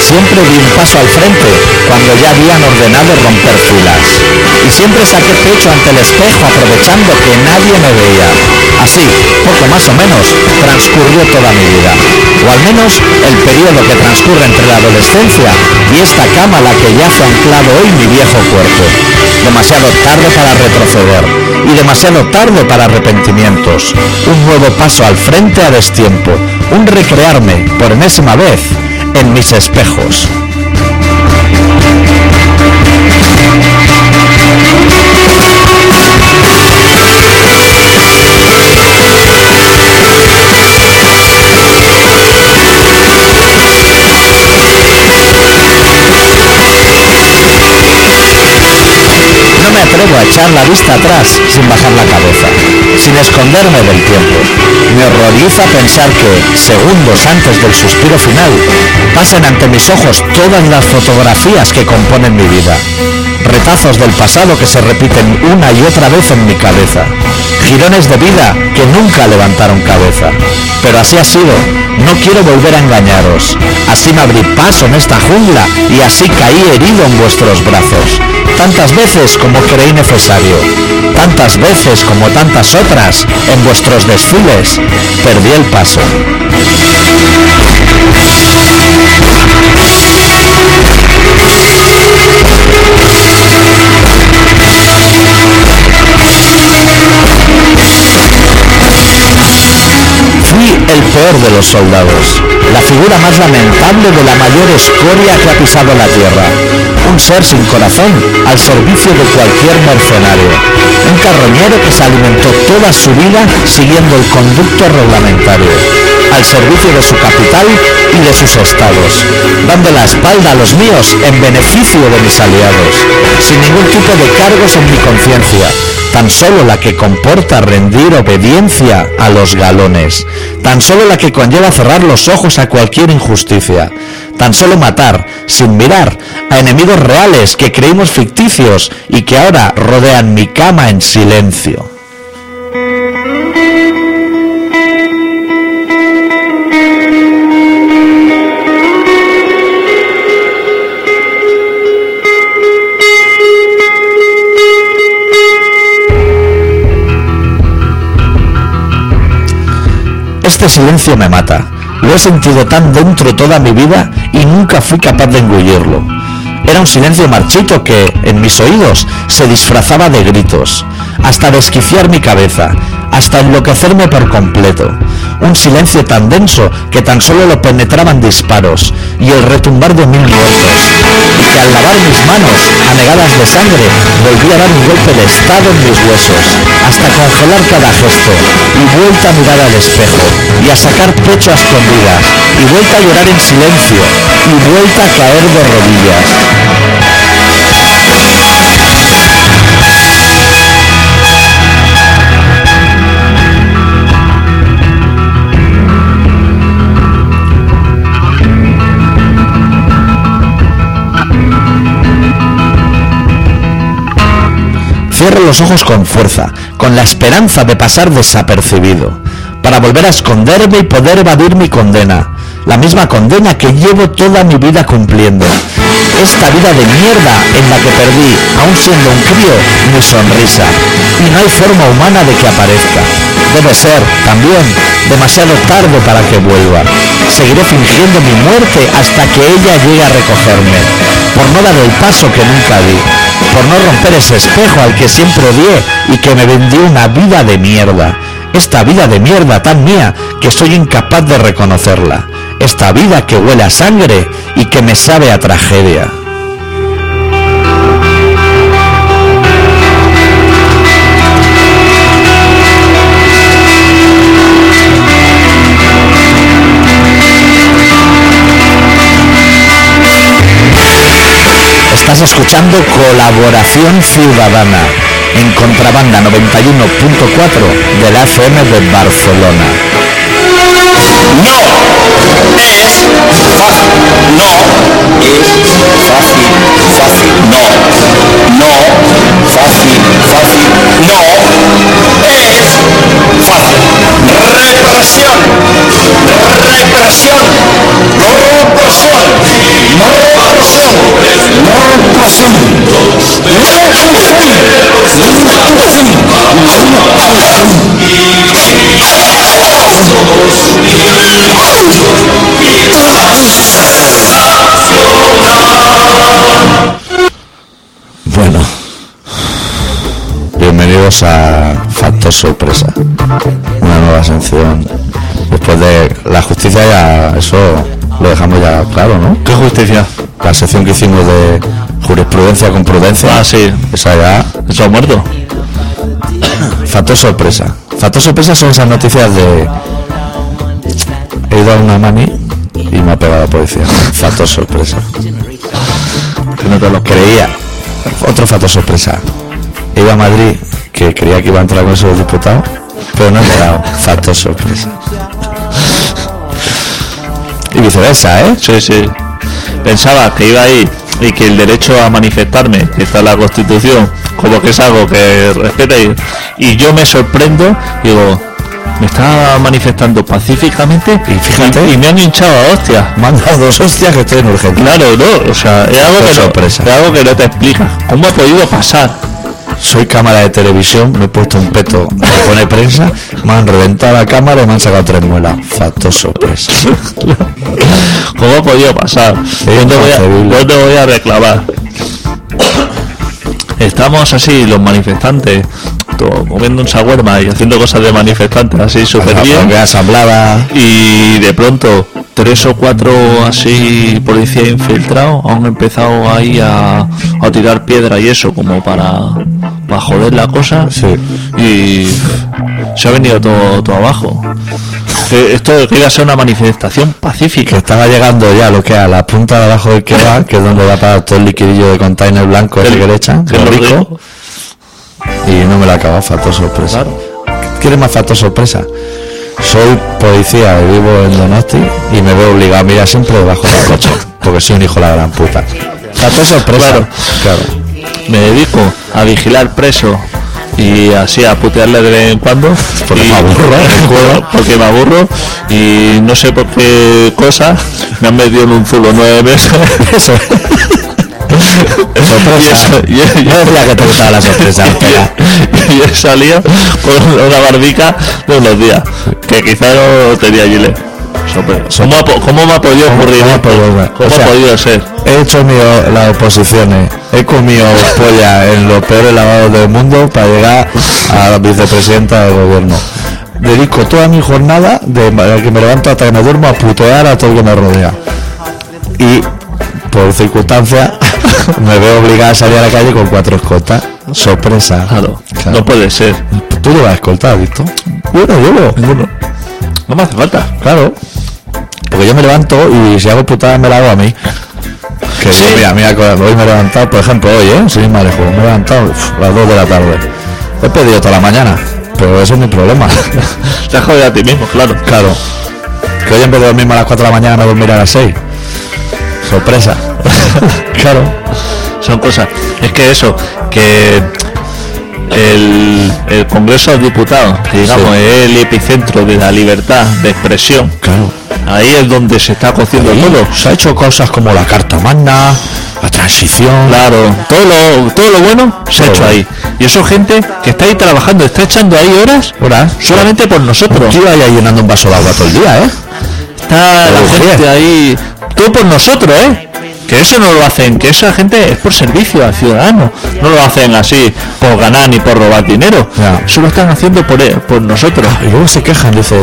Speaker 1: Siempre di un paso al frente cuando ya habían ordenado romper filas. Y siempre saqué pecho ante el espejo aprovechando que nadie me veía. Así, poco más o menos, transcurrió toda mi vida. O al menos el periodo que transcurre entre la adolescencia y esta cama a la que yace anclado hoy mi viejo cuerpo. Demasiado tarde para retroceder y demasiado tarde para arrepentimientos. Un nuevo paso al frente a destiempo. Un recrearme, por enésima vez, en mis espejos. No me atrevo a echar la vista atrás sin bajar la cabeza, sin esconderme del tiempo. Me horroriza pensar que, segundos antes del suspiro final, pasan ante mis ojos todas las fotografías que componen mi vida. Retazos del pasado que se repiten una y otra vez en mi cabeza. Girones de vida que nunca levantaron cabeza. Pero así ha sido. No quiero volver a engañaros. Así me abrí paso en esta jungla y así caí herido en vuestros brazos. Tantas veces como creí necesario. Tantas veces como tantas otras en vuestros desfiles. Perdí el paso. Fui el peor de los soldados, la figura más lamentable de la mayor escoria que ha pisado la tierra, un ser sin corazón al servicio de cualquier mercenario, un carroñero que se alimentó toda su vida siguiendo el conducto reglamentario, al servicio de su capital y de sus estados, dando la espalda a los míos en beneficio de mis aliados, sin ningún tipo de cargos en mi conciencia, tan solo la que comporta rendir obediencia a los galones, tan solo la que conlleva cerrar los ojos a cualquier injusticia, tan solo matar, sin mirar, a enemigos reales que creímos ficticios y que ahora rodean mi cama en silencio. Este silencio me mata. Lo he sentido tan dentro toda mi vida y nunca fui capaz de engullirlo. Era un silencio marchito que, en mis oídos, se disfrazaba de gritos, hasta desquiciar mi cabeza, hasta enloquecerme por completo. Un silencio tan denso que tan solo lo penetraban disparos y el retumbar de mil muertos, y que al lavar mis manos, anegadas de sangre, volví a dar un golpe de estado en mis huesos, hasta congelar cada gesto, y vuelta a mirar al espejo, y a sacar pecho a escondidas, y vuelta a llorar en silencio, y vuelta a caer de rodillas. los ojos con fuerza, con la esperanza de pasar desapercibido, para volver a esconderme y poder evadir mi condena, la misma condena que llevo toda mi vida cumpliendo. Esta vida de mierda en la que perdí, aún siendo un crío, mi sonrisa, y no hay forma humana de que aparezca. Debe ser, también, demasiado tarde para que vuelva. Seguiré fingiendo mi muerte hasta que ella llegue a recogerme, por no dar el paso que nunca di, por no romper ese espejo al que siempre odié y que me vendió una vida de mierda. Esta vida de mierda tan mía que soy incapaz de reconocerla. Esta vida que huele a sangre y que me sabe a tragedia. Estás escuchando Colaboración Ciudadana en Contrabanda 91.4 de la FM de Barcelona. Bueno, bienvenidos a Factor Sorpresa, una nueva sanción. Después de la justicia ya, eso lo dejamos ya claro, ¿no?
Speaker 2: ¿Qué justicia?
Speaker 1: La sección que hicimos de jurisprudencia con prudencia.
Speaker 2: Ah, sí.
Speaker 1: Esa ya,
Speaker 2: ¿Eso ha muerto?
Speaker 1: Factor sorpresa. Factor sorpresa son esas noticias de. He ido a una mani y me ha pegado la policía. Factor sorpresa.
Speaker 2: Que no te lo
Speaker 1: Creía. Otro factor sorpresa. He ido a Madrid, que creía que iba a entrar con esos diputados, pero no he llegado. Factor sorpresa. Y viceversa, ¿eh?
Speaker 2: Sí, sí. Pensaba que iba ahí y que el derecho a manifestarme, que está en la Constitución, como que es algo que respeta y, y yo me sorprendo, digo, me estaba manifestando pacíficamente
Speaker 1: Y fíjate.
Speaker 2: y, y me han hinchado a hostias.
Speaker 1: Me han dado dos hostias que estoy en urgencia.
Speaker 2: Claro, no, o sea, es algo,
Speaker 1: Qué
Speaker 2: que no,
Speaker 1: sorpresa.
Speaker 2: es algo que no te explica. ¿Cómo ha podido pasar?
Speaker 1: soy cámara de televisión, me he puesto un peto me pone prensa, me han reventado la cámara y me han sacado tres muelas. Factor sorpresa.
Speaker 2: ¿Cómo ha podido pasar? ¿Cuándo voy, a,
Speaker 1: inconcebible.
Speaker 2: cuándo voy a reclamar? Estamos así, los manifestantes, to- comiendo un shawarma y haciendo cosas de manifestantes así súper
Speaker 1: La
Speaker 2: bien.
Speaker 1: propia asamblea,
Speaker 2: Y de pronto, tres o cuatro así policías infiltrados han empezado ahí a, a tirar piedra y eso, como para, para joder la cosa.
Speaker 1: Sí.
Speaker 2: Y se ha venido todo, todo abajo. Que Esto que iba a ser una manifestación
Speaker 1: que
Speaker 2: pacífica.
Speaker 1: estaba llegando ya lo que a la punta de abajo del que va, que es donde va para todo el liquidillo de container blanco ese que le echan,
Speaker 2: Que
Speaker 1: lo
Speaker 2: lo
Speaker 1: rico,
Speaker 2: digo.
Speaker 1: y no me lo acaba, factor sorpresa.
Speaker 2: Claro.
Speaker 1: ¿Quieres más factor sorpresa? Soy policía y vivo en Donosti y me veo obligado a mirar siempre debajo del coche, porque soy un hijo de la gran puta. Factor sorpresa.
Speaker 2: Claro.
Speaker 1: claro.
Speaker 2: me dedico a vigilar presos y así a putearle de vez en cuando
Speaker 1: Porque
Speaker 2: y-
Speaker 1: me aburro, ¿eh?
Speaker 2: me aburro, porque me aburro y no sé por qué cosa me han metido en un zulo nueve meses
Speaker 1: Eso. Sorpresa.
Speaker 2: Y eso- y- y-
Speaker 1: Yo decía que te gustaba la sorpresa. espera.
Speaker 2: y he salido con una barbica de unos días que quizá no tenía gilet Sorpre- ¿Cómo, ha po- cómo me ha podido ocurrir
Speaker 1: cómo ha
Speaker 2: esto?
Speaker 1: podido-
Speaker 2: ¿Cómo
Speaker 1: o sea-
Speaker 2: ha podido ser?
Speaker 1: He hecho mío las oposiciones. He comido polla en los peores lavados del mundo para llegar a la vicepresidenta del gobierno. Dedico toda mi jornada de ma- que me levanto hasta que me duermo a putear a todo el que me rodea. Y por circunstancias me veo obligada a salir a la calle con cuatro escotas. Sorpresa.
Speaker 2: Claro,
Speaker 1: Claro.
Speaker 2: no puede ser
Speaker 1: Tú llevas escolta, ¿visto? Bueno, llevo.
Speaker 2: no me hace falta
Speaker 1: Claro. Porque yo me levanto y si hago putada me la hago a mí. Que
Speaker 2: Sí.
Speaker 1: yo, mira, mira, co- hoy me he levantado, por ejemplo, hoy, ¿eh? Sin ir más lejos, me he levantado uf, a las 2 de la tarde. He pedido toda la mañana, pero eso es mi problema.
Speaker 2: te has jodido a ti mismo, claro
Speaker 1: claro. Que hoy en vez de dormirme a las 4 de la mañana me dormiré a las 6. Sorpresa. claro.
Speaker 2: son cosas. Es que eso, que el, el Congreso de los Diputados, que digamos
Speaker 1: Sí.
Speaker 2: es el epicentro de la libertad de expresión.
Speaker 1: Claro.
Speaker 2: Ahí es donde se está cociendo
Speaker 1: Ahí
Speaker 2: todo.
Speaker 1: Se ha hecho cosas como la Carta Magna, la transición.
Speaker 2: Claro, todo lo, todo lo bueno se ha
Speaker 1: Todo
Speaker 2: hecho
Speaker 1: bueno.
Speaker 2: ahí. Y eso gente que está ahí trabajando, está echando ahí horas
Speaker 1: Ahora,
Speaker 2: solamente por nosotros.
Speaker 1: tío ahí llenando un vaso de agua todo el día, ¿eh?
Speaker 2: Está la
Speaker 1: Pero,
Speaker 2: gente
Speaker 1: joder.
Speaker 2: ahí, todo por nosotros, ¿eh? Que eso no lo hacen, que esa gente es por servicio al ciudadano. No lo hacen así por ganar ni por robar dinero.
Speaker 1: Ya.
Speaker 2: Eso lo están haciendo por, por nosotros.
Speaker 1: Ah, Y luego se quejan, dice,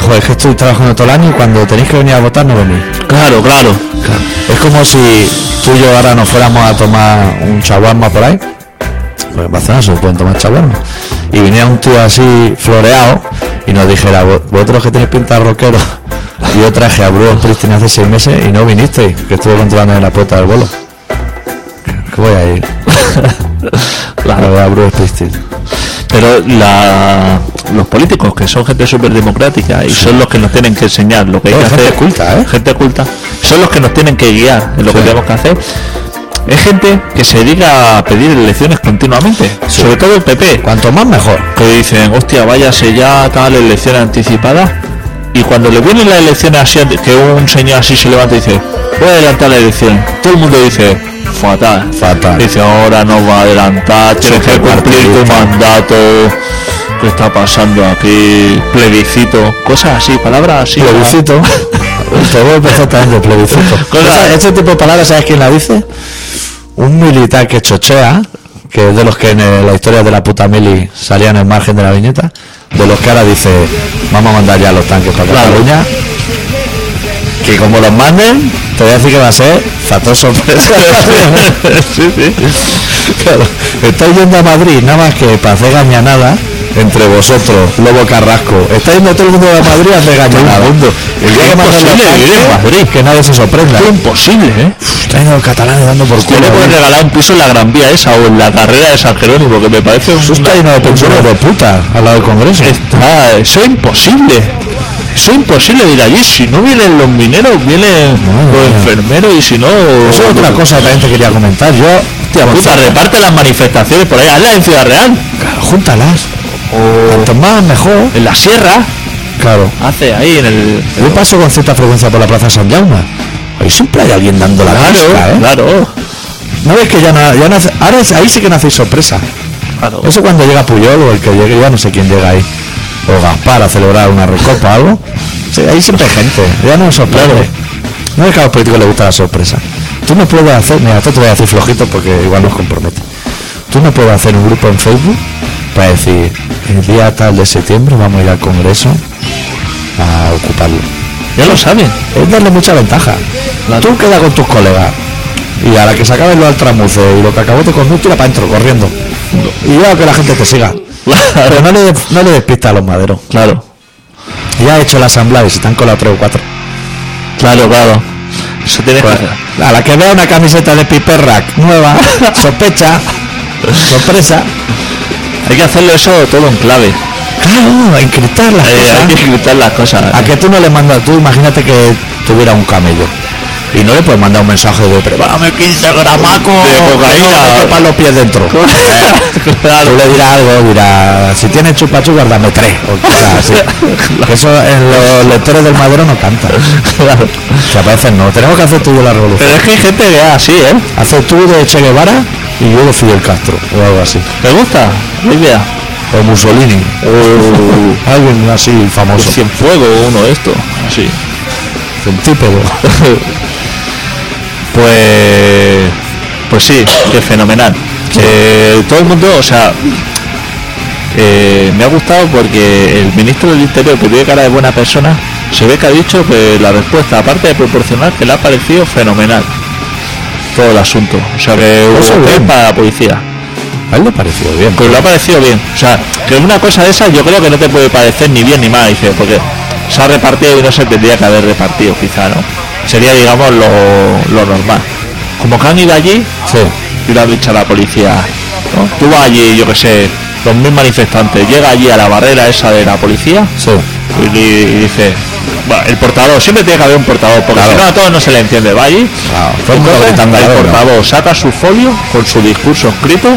Speaker 1: joder, es que estoy trabajando todo el año y cuando tenéis que venir a votar no venís.
Speaker 2: Claro, claro.
Speaker 1: Es como si tú y yo ahora nos fuéramos a tomar un chaguarma por ahí. Pues en Barcelona se pueden tomar chaguarma. Y viniera un tío así floreado y nos dijera, "Vos- vosotros que tenéis pinta de rockero, yo traje a Bruce Springsteen hace seis meses y no vinisteis, que estuve controlando en la puerta del bolo. ¿Qué voy a ir? Claro, a ver a Bruce Springsteen.
Speaker 2: Pero la, los políticos, que son gente súper democrática y son los que nos tienen que enseñar lo que hay
Speaker 1: No,
Speaker 2: que
Speaker 1: gente
Speaker 2: hacer.
Speaker 1: culta, ¿eh?
Speaker 2: Gente culta. Son los que nos tienen que guiar en lo que
Speaker 1: Sí.
Speaker 2: tenemos que hacer. Es gente que se dedica a pedir elecciones continuamente.
Speaker 1: Sí.
Speaker 2: Sobre todo el PP.
Speaker 1: Cuanto más mejor.
Speaker 2: que dicen, hostia, váyase ya tal elección anticipada. Y cuando le vienen las elecciones así, ante- que un señor así se levanta y dice, voy a adelantar la elección. Todo el mundo dice, fatal.
Speaker 1: Fatal.
Speaker 2: Dice, ahora no va a adelantar, tienes que cumplir tu
Speaker 1: Superpartidista.
Speaker 2: mandato. ¿Qué está pasando aquí? Plebiscito. Cosas así, palabras así.
Speaker 1: Plebiscito. Te voy a empezar también de plebiscito.
Speaker 2: Cosa-
Speaker 1: Esa- este tipo de palabras, ¿sabes quién la dice? Un militar que chochea, que es de los que en eh, la historia de la puta mili salían en margen de la viñeta, de los que ahora dice, vamos a mandar ya los tanques para
Speaker 2: Claro.
Speaker 1: Cataluña, que como los manden, te voy a decir que va a ser factor sorpresa.
Speaker 2: sí, sí.
Speaker 1: Claro, estáis yendo a Madrid nada más que para hacer gañanada entre vosotros, Lobo Carrasco. Está yendo todo el mundo a Madrid a hacer gañanada. El día que manden los
Speaker 2: Imposible ¿eh? vivir en
Speaker 1: tanques,
Speaker 2: Madrid.
Speaker 1: que nadie se sorprenda.
Speaker 2: Es imposible, ¿eh?
Speaker 1: Están los catalanes dando por
Speaker 2: Yo
Speaker 1: culo.
Speaker 2: le puedo
Speaker 1: ¿eh?
Speaker 2: regalar un piso en la Gran Vía esa o en la carrera de San Jerónimo, que me parece un...
Speaker 1: Eso está lleno de pensiones de puta al lado del Congreso.
Speaker 2: Está, eso es imposible. Eso es imposible de ir allí. Si no vienen los mineros, vienen
Speaker 1: Madre
Speaker 2: los
Speaker 1: mía.
Speaker 2: enfermeros y si no.
Speaker 1: Eso es otra cosa que también te quería comentar. Yo, hostia,
Speaker 2: Puta,
Speaker 1: Gonzalo,
Speaker 2: pues reparte las manifestaciones por ahí, hazlas en Ciudad Real,
Speaker 1: claro, júntalas. Cuanto más, mejor.
Speaker 2: en la sierra,
Speaker 1: Claro.
Speaker 2: hace ahí en el.
Speaker 1: Yo paso con cierta frecuencia por la Plaza San Jaume. Ahí siempre hay alguien dando la
Speaker 2: Claro,
Speaker 1: pesca, ¿eh?
Speaker 2: claro,
Speaker 1: No ves que ya no, ya no hace- ahora es- ahí sí que no hacéis sorpresa.
Speaker 2: claro.
Speaker 1: Eso cuando llega Puyol o el que llegue, ya no sé quién llega ahí. O Gaspar a celebrar una recopa o algo. Sí, ahí siempre hay gente. Ya no es sorprende. No es que a los políticos les gusta la sorpresa. Tú no puedes hacer, mira, esto te voy a decir flojito porque igual nos compromete. Tú no puedes hacer un grupo en Facebook para decir, el día tal de septiembre vamos a ir al Congreso a ocuparlo
Speaker 2: Ya lo saben.
Speaker 1: es darle mucha ventaja. Tú queda con tus colegas. Y a la que se acabe lo al tramuce y lo que acabó tu conducta, tira para adentro, corriendo. Y ya que la gente te siga. Pero no le, no le despista a los maderos.
Speaker 2: Claro,
Speaker 1: Ya he hecho la asamblea y se están con la 3 o 4.
Speaker 2: claro, claro. Eso tienes
Speaker 1: Pues
Speaker 2: que-
Speaker 1: A la que vea una camiseta de Piperrack nueva, sospecha, sorpresa.
Speaker 2: Hay que hacerlo eso todo en clave.
Speaker 1: Claro, a encriptar las
Speaker 2: Eh,
Speaker 1: cosas.
Speaker 2: hay que gritar las cosas.
Speaker 1: A que tú no le mandas, tú imagínate que tuviera un camello. Y no le puedes mandar un mensaje de prepárame 15 gramaco
Speaker 2: De cocaína.
Speaker 1: para este los pies dentro. Tú le dirás algo, dirá, si tienes chupa chupas dame tres. O cosas así. Que eso en los lectores del madero no canta.
Speaker 2: Claro.
Speaker 1: Que a veces no. Tenemos que hacer tú de la revolución.
Speaker 2: Pero es que hay gente que es así, ¿eh?
Speaker 1: Hacer tú de Che Guevara y yo de Fidel Castro o algo así.
Speaker 2: ¿Te gusta? La idea.
Speaker 1: O Mussolini.
Speaker 2: Oh.
Speaker 1: O alguien así famoso.
Speaker 2: Cien fuego Pues uno de estos. Así.
Speaker 1: Centípedo.
Speaker 2: Pues, pues sí, que fenomenal. Que todo el mundo, o sea, eh, me ha gustado porque el ministro del Interior, que tiene cara de buena persona, se ve que ha dicho que la respuesta, aparte de proporcional, que le ha parecido fenomenal todo el asunto. O sea, que
Speaker 1: Eso
Speaker 2: hubo
Speaker 1: bien.
Speaker 2: test para la policía.
Speaker 1: A él le pareció bien.
Speaker 2: Que le Pues ha parecido bien. O sea, que una cosa de esas yo creo que no te puede parecer ni bien ni mal, dice, porque se ha repartido y no se tendría que haber repartido, quizá, ¿no? Sería, digamos, lo, lo normal. Como que han ido allí
Speaker 1: Sí.
Speaker 2: y lo ha dicho a la policía, ¿no? Tú vas allí, yo que sé, los mil manifestantes, llega allí a la barrera esa de la policía
Speaker 1: Sí.
Speaker 2: y, di- y dice, "Bueno, el portavoz, siempre tiene que haber un portavoz, porque
Speaker 1: Claro.
Speaker 2: si no a todos no se le entiende, va allí,
Speaker 1: Claro, todo el mundo
Speaker 2: entonces,
Speaker 1: gritando,
Speaker 2: el
Speaker 1: claro, no.
Speaker 2: portavoz saca su folio con su discurso escrito,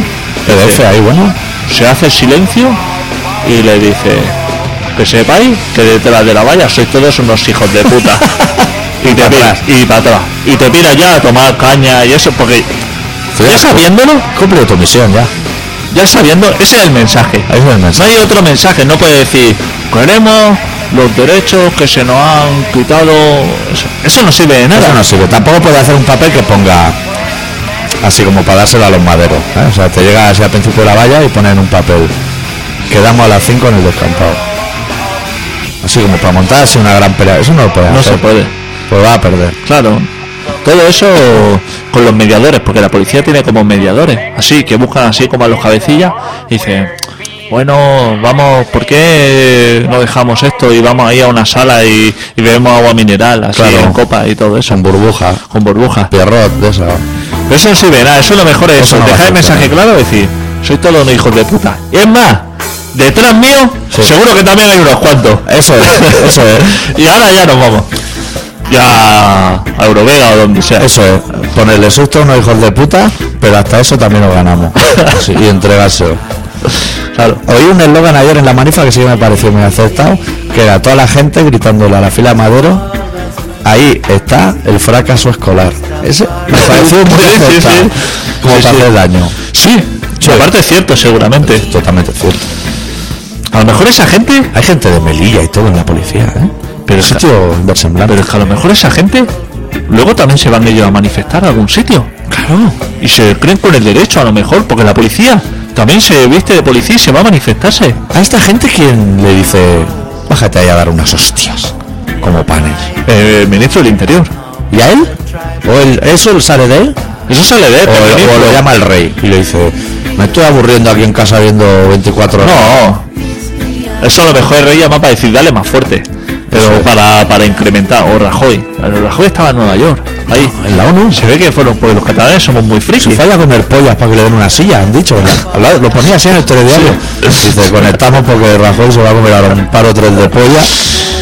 Speaker 1: PDF ahí, bueno.
Speaker 2: Sí. se hace silencio y le dice que sepáis que detrás de la valla sois todos unos hijos de puta. y te piras, y para atrás. Y te piras ya a tomar caña y eso, porque ya sabiéndolo,
Speaker 1: Cumple tu misión ya.
Speaker 2: ya sabiendo, ese es el mensaje.
Speaker 1: Ahí está el
Speaker 2: No
Speaker 1: mensaje.
Speaker 2: hay otro mensaje, no puede decir, queremos los derechos que se nos han quitado. Eso, eso no sirve de nada.
Speaker 1: Eso no sirve. Tampoco puede hacer un papel que ponga así como para dárselo a los maderos. ¿eh? O sea, te llega así al principio de la valla y ponen un papel. Quedamos a las 5 en el descampado. Así como para montarse una gran pelea. Eso no lo puede
Speaker 2: No
Speaker 1: hacer.
Speaker 2: se puede.
Speaker 1: Pues va a perder.
Speaker 2: Claro. Todo eso con los mediadores, porque la policía tiene como mediadores, así que buscan así como a los cabecillas y dicen, bueno, vamos, ¿por qué no dejamos esto y vamos ahí a una sala y, y bebemos agua mineral, así
Speaker 1: Claro.
Speaker 2: en copa y todo eso,
Speaker 1: Son burbujas.
Speaker 2: con burbujas?
Speaker 1: Pierrot, de esa.
Speaker 2: Pero eso no sirve de nada, eso lo mejor es
Speaker 1: Eso
Speaker 2: eso,
Speaker 1: no va a
Speaker 2: dejar el
Speaker 1: funcionar.
Speaker 2: mensaje claro y decir, soy todos unos hijos de puta. Y es más, detrás mío,
Speaker 1: Sí.
Speaker 2: seguro que también hay unos cuantos.
Speaker 1: Eso es, eso es.
Speaker 2: Y ahora ya nos vamos. Ya a Eurovega o donde sea.
Speaker 1: Eso es. Ponerle susto a unos hijos de puta, pero hasta eso también lo ganamos. Sí, y entregárselo.
Speaker 2: Claro.
Speaker 1: Oí un eslogan ayer en la manifa que sí que me pareció muy acertado, que era toda la gente gritándole a la fila Madero, ahí está el fracaso escolar. Ese me pareció muy
Speaker 2: Sí,
Speaker 1: acertado,
Speaker 2: sí, sí.
Speaker 1: como
Speaker 2: Sí,
Speaker 1: para
Speaker 2: sí.
Speaker 1: hacer daño.
Speaker 2: Sí, aparte es cierto seguramente.
Speaker 1: Totalmente cierto.
Speaker 2: A lo mejor esa gente,
Speaker 1: Hay gente de Melilla y todo en la policía, ¿eh?
Speaker 2: Pero
Speaker 1: Pero
Speaker 2: está-
Speaker 1: sitio de semblante.
Speaker 2: pero es que a lo mejor esa gente luego también se van ellos a manifestar a algún sitio. Claro. Y se creen con el derecho a lo mejor, porque la policía también se viste de policía y se va a manifestarse.
Speaker 1: A esta gente quien le dice, bájate ahí a dar unas hostias, como panes.
Speaker 2: Eh, ministro del Interior.
Speaker 1: ¿Y a él? ¿O él, eso sale de él?
Speaker 2: Eso sale de él,
Speaker 1: O,
Speaker 2: el
Speaker 1: o
Speaker 2: ministro.
Speaker 1: lo llama el rey y le dice, me estoy aburriendo aquí en casa viendo 24 horas.
Speaker 2: No. Eso a lo mejor el rey llama para decir, dale más fuerte.
Speaker 1: Eso
Speaker 2: Pero
Speaker 1: es.
Speaker 2: para, para incrementar. O Rajoy. Pero Rajoy estaba en Nueva York. Ahí.
Speaker 1: En la ONU.
Speaker 2: Se ve que fueron porque los catalanes somos muy
Speaker 1: Si
Speaker 2: frikis.
Speaker 1: falla comer pollas para que le den una silla, han dicho. ¿verdad? Hablaba- Lo ponía así en el telediario.
Speaker 2: Sí.
Speaker 1: Dice, conectamos porque Rajoy se va a comer ahora un par o tres de pollas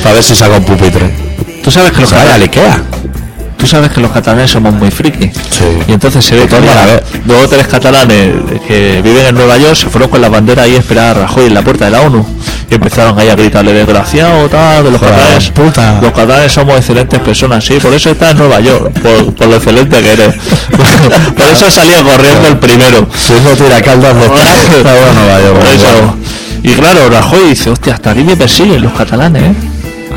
Speaker 1: para ver si saca un pupitre.
Speaker 2: Tú sabes que
Speaker 1: O
Speaker 2: los
Speaker 1: sea, Pues vaya al
Speaker 2: catalanes,
Speaker 1: Ikea.
Speaker 2: tú sabes que los catalanes somos muy frikis.
Speaker 1: Sí.
Speaker 2: Y entonces se ve que
Speaker 1: Total,
Speaker 2: había
Speaker 1: Pues a ver.
Speaker 2: dos o tres catalanes que viven en Nueva York se fueron con las banderas ahí a esperar a Rajoy en la puerta de la ONU. Y empezaron ahí a gritarle desgraciado, tal, de los
Speaker 1: Joder,
Speaker 2: catalanes.
Speaker 1: puta.
Speaker 2: Los catalanes somos excelentes personas, sí, por eso estás en Nueva York, por, por lo excelente que eres. por eso salía corriendo el primero.
Speaker 1: Si no tira caldas de estar, no, bueno, vaya,
Speaker 2: Por
Speaker 1: bueno,
Speaker 2: eso.
Speaker 1: bueno.
Speaker 2: Y claro, Rajoy dice, hostia, hasta aquí me persiguen los catalanes, ¿eh?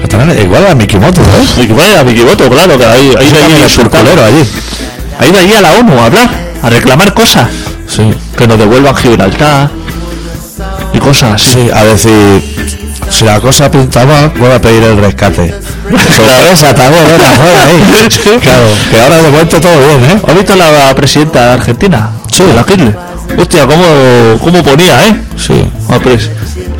Speaker 1: Catalanes, Igual a Mikimoto, ¿eh?
Speaker 2: Y Pues, bueno, a mi voto, claro, que ahí, ahí
Speaker 1: Eso
Speaker 2: de allí
Speaker 1: también es
Speaker 2: insultando.
Speaker 1: surculero allí.
Speaker 2: Ha ido allí a la ONU a hablar, a reclamar cosas.
Speaker 1: Sí.
Speaker 2: Que nos devuelvan Gibraltar y cosas así.
Speaker 1: Sí, a decir, si la cosa pinta mal, voy a pedir el rescate. Sorpresa también, ¿eh? Rajoy, ahí. Claro, que ahora de momento todo bien, ¿eh?
Speaker 2: ¿Has visto la presidenta de Argentina? Sí. La Kirchner. Hostia, ¿cómo, cómo ponía, eh?
Speaker 1: Sí.
Speaker 2: Ah, pues,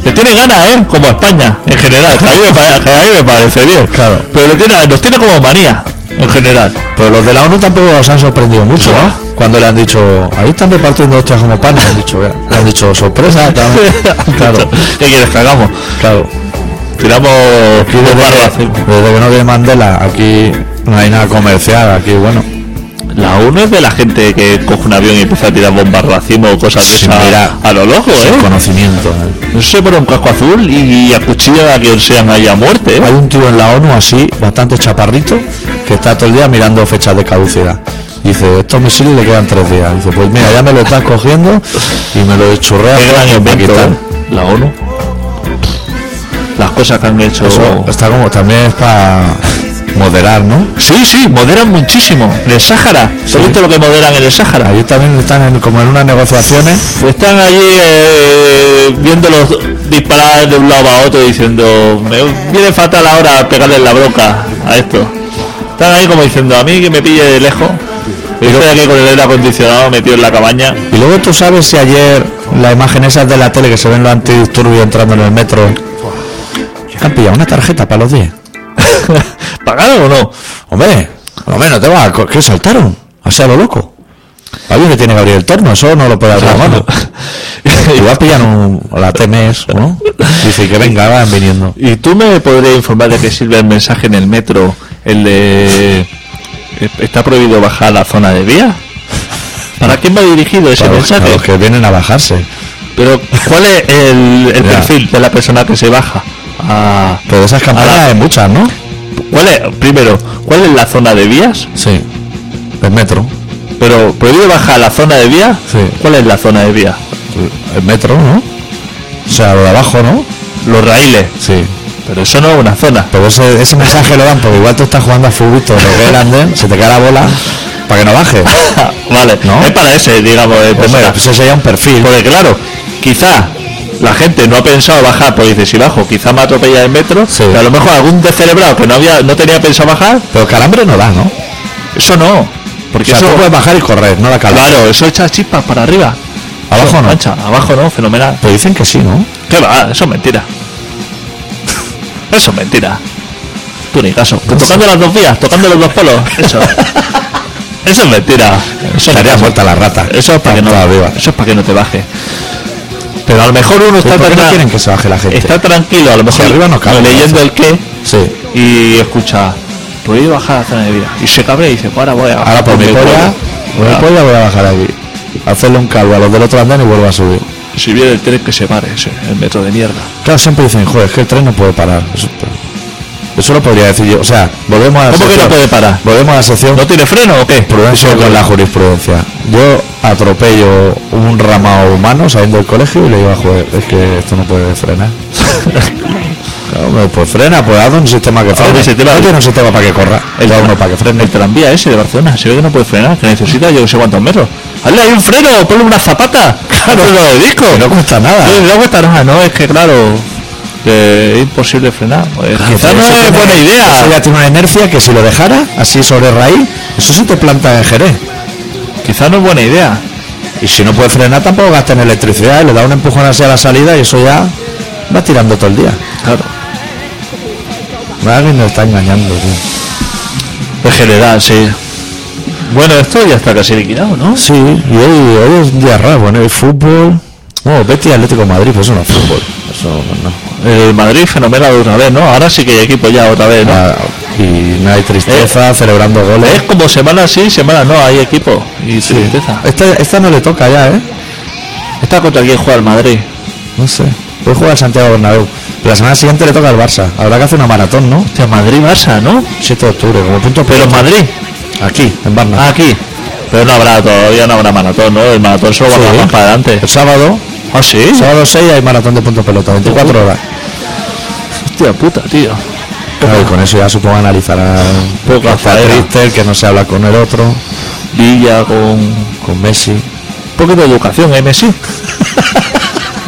Speaker 2: le tiene ganas, ¿eh? Como a España, en general. que A mí me, pare- que a mí me parece bien.
Speaker 1: Claro.
Speaker 2: Pero le tiene- nos tiene como manía, en general.
Speaker 1: Pero los de la ONU tampoco los han sorprendido mucho, ¿no? Cuando le han dicho, ahí están repartiendo hostias como pan, le han dicho, le han dicho, sorpresa, tal. claro,
Speaker 2: ¿Qué quieres que hagamos?
Speaker 1: claro.
Speaker 2: Tiramos
Speaker 1: Desde,
Speaker 2: un barro
Speaker 1: que-
Speaker 2: azul.
Speaker 1: desde que no viene Mandela, aquí no hay nada comercial, aquí bueno.
Speaker 2: La ONU es de la gente que coge un avión y empieza a tirar bombas racimo o cosas de
Speaker 1: Sí,
Speaker 2: esas
Speaker 1: mira.
Speaker 2: a lo loco,
Speaker 1: sin
Speaker 2: ¿eh?
Speaker 1: conocimiento. ¿eh?
Speaker 2: No se pone un casco azul y, acuchilla a quien sean ahí a muerte,
Speaker 1: Hay
Speaker 2: ¿eh?
Speaker 1: un tío en la ONU así, bastante chaparrito, que está todo el día mirando fechas de caducidad. Dice, estos misiles le quedan tres días. Dice, pues mira, ya me lo estás cogiendo y me lo churreas
Speaker 2: Qué gran
Speaker 1: para
Speaker 2: invento,
Speaker 1: quitar.
Speaker 2: ¿eh? La ONU. Las cosas que han hecho...
Speaker 1: Eso está como, también es para moderar, ¿no?
Speaker 2: Sí, sí, moderan muchísimo. En el Sáhara. ¿Has visto lo que moderan en el Sáhara?
Speaker 1: Allí también están en- como en unas negociaciones.
Speaker 2: Están allí eh, viéndolos disparar de un lado a otro diciendo, me viene fatal ahora pegarle en la broca a esto. Están ahí como diciendo, a mí que me pille de lejos. Y yo estoy aquí con el aire acondicionado metido en la cabaña.
Speaker 1: Y luego tú sabes si ayer la imagen esas de la tele que se ven los antidisturbios entrando en el metro. Han pillado una tarjeta para los 10.
Speaker 2: ¿Pagaron o no?
Speaker 1: Hombre, a lo menos te vas a co- ¿Qué saltaron? O sea, lo loco. Alguien que tiene que abrir el torno, eso no lo puede abrir la mano. Igual pillan un, la TMS, ¿no? Dice que venga, van viniendo.
Speaker 2: ¿Y tú me podrías informar de qué sirve el mensaje en el metro? El de... eh, ¿Está prohibido bajar a la zona de vía? ¿Para quién va dirigido ese
Speaker 1: Para los,
Speaker 2: mensaje?
Speaker 1: para los que vienen a bajarse.
Speaker 2: Pero, ¿cuál es el, el
Speaker 1: Ya.
Speaker 2: perfil de la persona que se baja? a-
Speaker 1: Pero de esas campanas
Speaker 2: Ahora-
Speaker 1: hay muchas, ¿no?
Speaker 2: ¿Cuál es, primero, cuál es la zona de vías?
Speaker 1: Sí. El metro.
Speaker 2: Pero, ¿prohibido bajar a la zona de vías?
Speaker 1: Sí.
Speaker 2: ¿Cuál es la zona de vías?
Speaker 1: El metro, ¿no? O sea, lo de abajo, ¿no?
Speaker 2: Los raíles.
Speaker 1: Sí.
Speaker 2: Pero eso no es una zona.
Speaker 1: Pero ese, ese mensaje lo dan porque igual tú estás jugando a fútbol, todo lo que es el andén, se te cae la bola para que no baje.
Speaker 2: vale,
Speaker 1: ¿No?
Speaker 2: es para ese, digamos, de
Speaker 1: Hombre,
Speaker 2: persona.
Speaker 1: pues ese sería un perfil.
Speaker 2: Porque claro, quizá la gente no ha pensado bajar, pues dice, si bajo, quizá me atropella el metro,
Speaker 1: Sí.
Speaker 2: pero a lo mejor algún descerebrado que no había, no tenía pensado bajar,
Speaker 1: Pero calambre no da, ¿no? O
Speaker 2: eso no. Porque
Speaker 1: sea,
Speaker 2: eso,
Speaker 1: tú puedes bajar y correr, no la calambre.
Speaker 2: claro, eso echa chispas para arriba.
Speaker 1: Abajo no.
Speaker 2: Mancha, abajo no, fenomenal.
Speaker 1: Pero dicen que sí, ¿no?
Speaker 2: ¿Qué va? Eso es mentira. Eso es mentira. Tú ni caso.
Speaker 1: Pues
Speaker 2: Tú tocando las dos vías, tocando los dos polos. Eso. Eso es mentira. Eso ni
Speaker 1: Estaría
Speaker 2: caso.
Speaker 1: vuelta la rata.
Speaker 2: Eso es para que no,
Speaker 1: Tanto arriba.
Speaker 2: eso es para que no te baje. Pero a lo mejor uno
Speaker 1: Pues, ¿Por
Speaker 2: está,
Speaker 1: qué no
Speaker 2: tranquila-
Speaker 1: quieren que se baje la gente?
Speaker 2: está tranquilo, a lo mejor
Speaker 1: Este. arriba no cabe,
Speaker 2: leyendo el qué
Speaker 1: Sí.
Speaker 2: y escucha, voy a bajar a la zona de vida. Y se cabrea y dice, "Pues ahora voy a bajar
Speaker 1: Ahora por mi polla, por mi
Speaker 2: Claro.
Speaker 1: polla voy a bajar aquí. Hacerle un calvo a los del otro andén y vuelvo a subir.
Speaker 2: Si viene el tren que se pare, ese, el metro de mierda.
Speaker 1: Claro, siempre dicen, joder, es que el tren no puede parar. Eso, eso lo podría decir yo. O sea, volvemos a la
Speaker 2: ¿Cómo que
Speaker 1: sección-
Speaker 2: no puede parar?
Speaker 1: Volvemos a la sección
Speaker 2: ¿No tiene freno o qué?
Speaker 1: Prudencia con la jurisprudencia. Yo atropello un ramado humano saliendo del colegio y le digo a juez, es que esto no puede frenar. Claro, hombre, pues frena, pues haz un sistema que frene.
Speaker 2: un sistema-
Speaker 1: No tiene un sistema para que corra.
Speaker 2: El,
Speaker 1: da uno para que frene.
Speaker 2: el tranvía ese de Barcelona, se ve que no puede frenar, que necesita yo que sé cuántos metros. Hazle ahí un freno, ponle una zapata, claro, un freno de disco.
Speaker 1: Que no cuesta nada.
Speaker 2: No, no cuesta nada, no, es que claro, que es imposible frenar. Pues, quizás
Speaker 1: Eso
Speaker 2: no es
Speaker 1: tiene-
Speaker 2: buena
Speaker 1: Eso
Speaker 2: idea,
Speaker 1: ya tiene una inercia que si lo dejara así sobre raíz, eso sí te planta en Jerez.
Speaker 2: quizás no es buena idea.
Speaker 1: Y si no puede frenar tampoco gasta en electricidad y le da un empujón hacia la salida y eso ya va tirando todo el día.
Speaker 2: Claro,
Speaker 1: Alguien nos está engañando, tío.
Speaker 2: en general, sí. Pues, Bueno, esto ya está casi liquidado, ¿no?
Speaker 1: Sí, y hoy, hoy es un día raro, bueno, hay fútbol. No, Betty Atlético de Madrid, pues eso no es fútbol. Eso no.
Speaker 2: El Madrid fenomenal otra vez, ¿no? Ahora sí que hay equipo ya otra vez, ¿no?
Speaker 1: Nada, Ah, y no hay tristeza, celebrando
Speaker 2: Es
Speaker 1: goles.
Speaker 2: como semana sí, semana no, hay equipo y tristeza.
Speaker 1: Esta, esta Este, no le toca ya, ¿eh?
Speaker 2: ¿Está contra quién juega el Madrid?
Speaker 1: No sé. Puede jugar al Santiago Bernabéu. Pero la semana siguiente le toca al Barça. Habrá que hacer una maratón, ¿no?
Speaker 2: Hostia, Madrid-Barça, ¿no?
Speaker 1: 7 de octubre, como punto.
Speaker 2: Pero en Madrid.
Speaker 1: Aquí, en Barna.
Speaker 2: Ah, aquí. Pero no habrá todavía, no habrá maratón, ¿no? El maratón solo va
Speaker 1: Sí.
Speaker 2: más para adelante.
Speaker 1: El sábado,
Speaker 2: Ah, sí.
Speaker 1: sábado 6 hay maratón de puntos pelota, 24 horas.
Speaker 2: Hostia puta, tío.
Speaker 1: Claro, y con eso ya supongo analizará
Speaker 2: Poca
Speaker 1: que está
Speaker 2: faena.
Speaker 1: triste, el que no se habla con el otro,
Speaker 2: Villa con.
Speaker 1: con Messi.
Speaker 2: Un poquito de educación, ¿eh, Messi?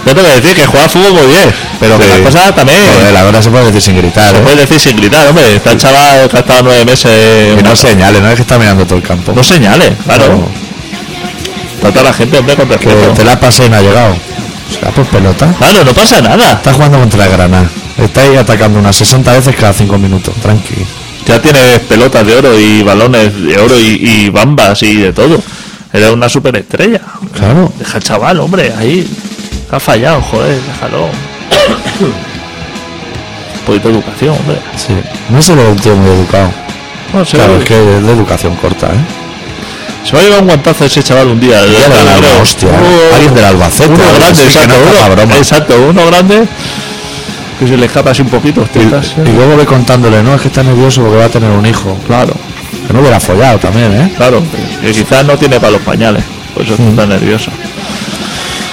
Speaker 2: Yo tengo que decir que juega fútbol muy bien. Pero que
Speaker 1: Sí.
Speaker 2: las cosas también.
Speaker 1: Joder, ahora se puede decir sin gritar,
Speaker 2: se
Speaker 1: ¿eh?
Speaker 2: puede decir sin gritar, hombre. Está el chaval que ha estado nueve meses.
Speaker 1: Y no
Speaker 2: una-
Speaker 1: señales, no es que está mirando todo el campo.
Speaker 2: no señales, claro.
Speaker 1: No.
Speaker 2: Trata a la gente, hombre, con
Speaker 1: que
Speaker 2: respeto.
Speaker 1: te la pasé y no ha llegado. O sea, pues pelota.
Speaker 2: Claro, no pasa nada.
Speaker 1: Está jugando contra la Granada. Está ahí atacando unas 60 veces cada 5 minutos, tranqui.
Speaker 2: Ya tienes pelotas de oro y balones de oro y, y bambas y de todo. Eres una superestrella.
Speaker 1: Claro.
Speaker 2: Deja al chaval, hombre, ahí. Ha fallado, joder, déjalo. Un poquito de educación, hombre.
Speaker 1: Sí. No se le ve un tío muy educado.
Speaker 2: No, se,
Speaker 1: Claro,
Speaker 2: va,
Speaker 1: es que es de educación corta, ¿eh?
Speaker 2: se va a llevar un guantazo ese chaval un día.
Speaker 1: Ya le
Speaker 2: Claro,
Speaker 1: da una hostia. ¿eh?
Speaker 2: uno-
Speaker 1: Alguien del Albacete.
Speaker 2: Uno
Speaker 1: algo así,
Speaker 2: grande,
Speaker 1: que
Speaker 2: exacto,
Speaker 1: no haga
Speaker 2: uno,
Speaker 1: broma.
Speaker 2: exacto, uno grande. Que se le escapa así un poquito, hostia, estás-
Speaker 1: Y, y luego ve contándole, no, es que está nervioso porque va a tener un hijo.
Speaker 2: Claro,
Speaker 1: Que no hubiera follado también, ¿eh?
Speaker 2: claro. Que quizás no tiene para los pañales. Por eso
Speaker 1: Mm.
Speaker 2: está nervioso.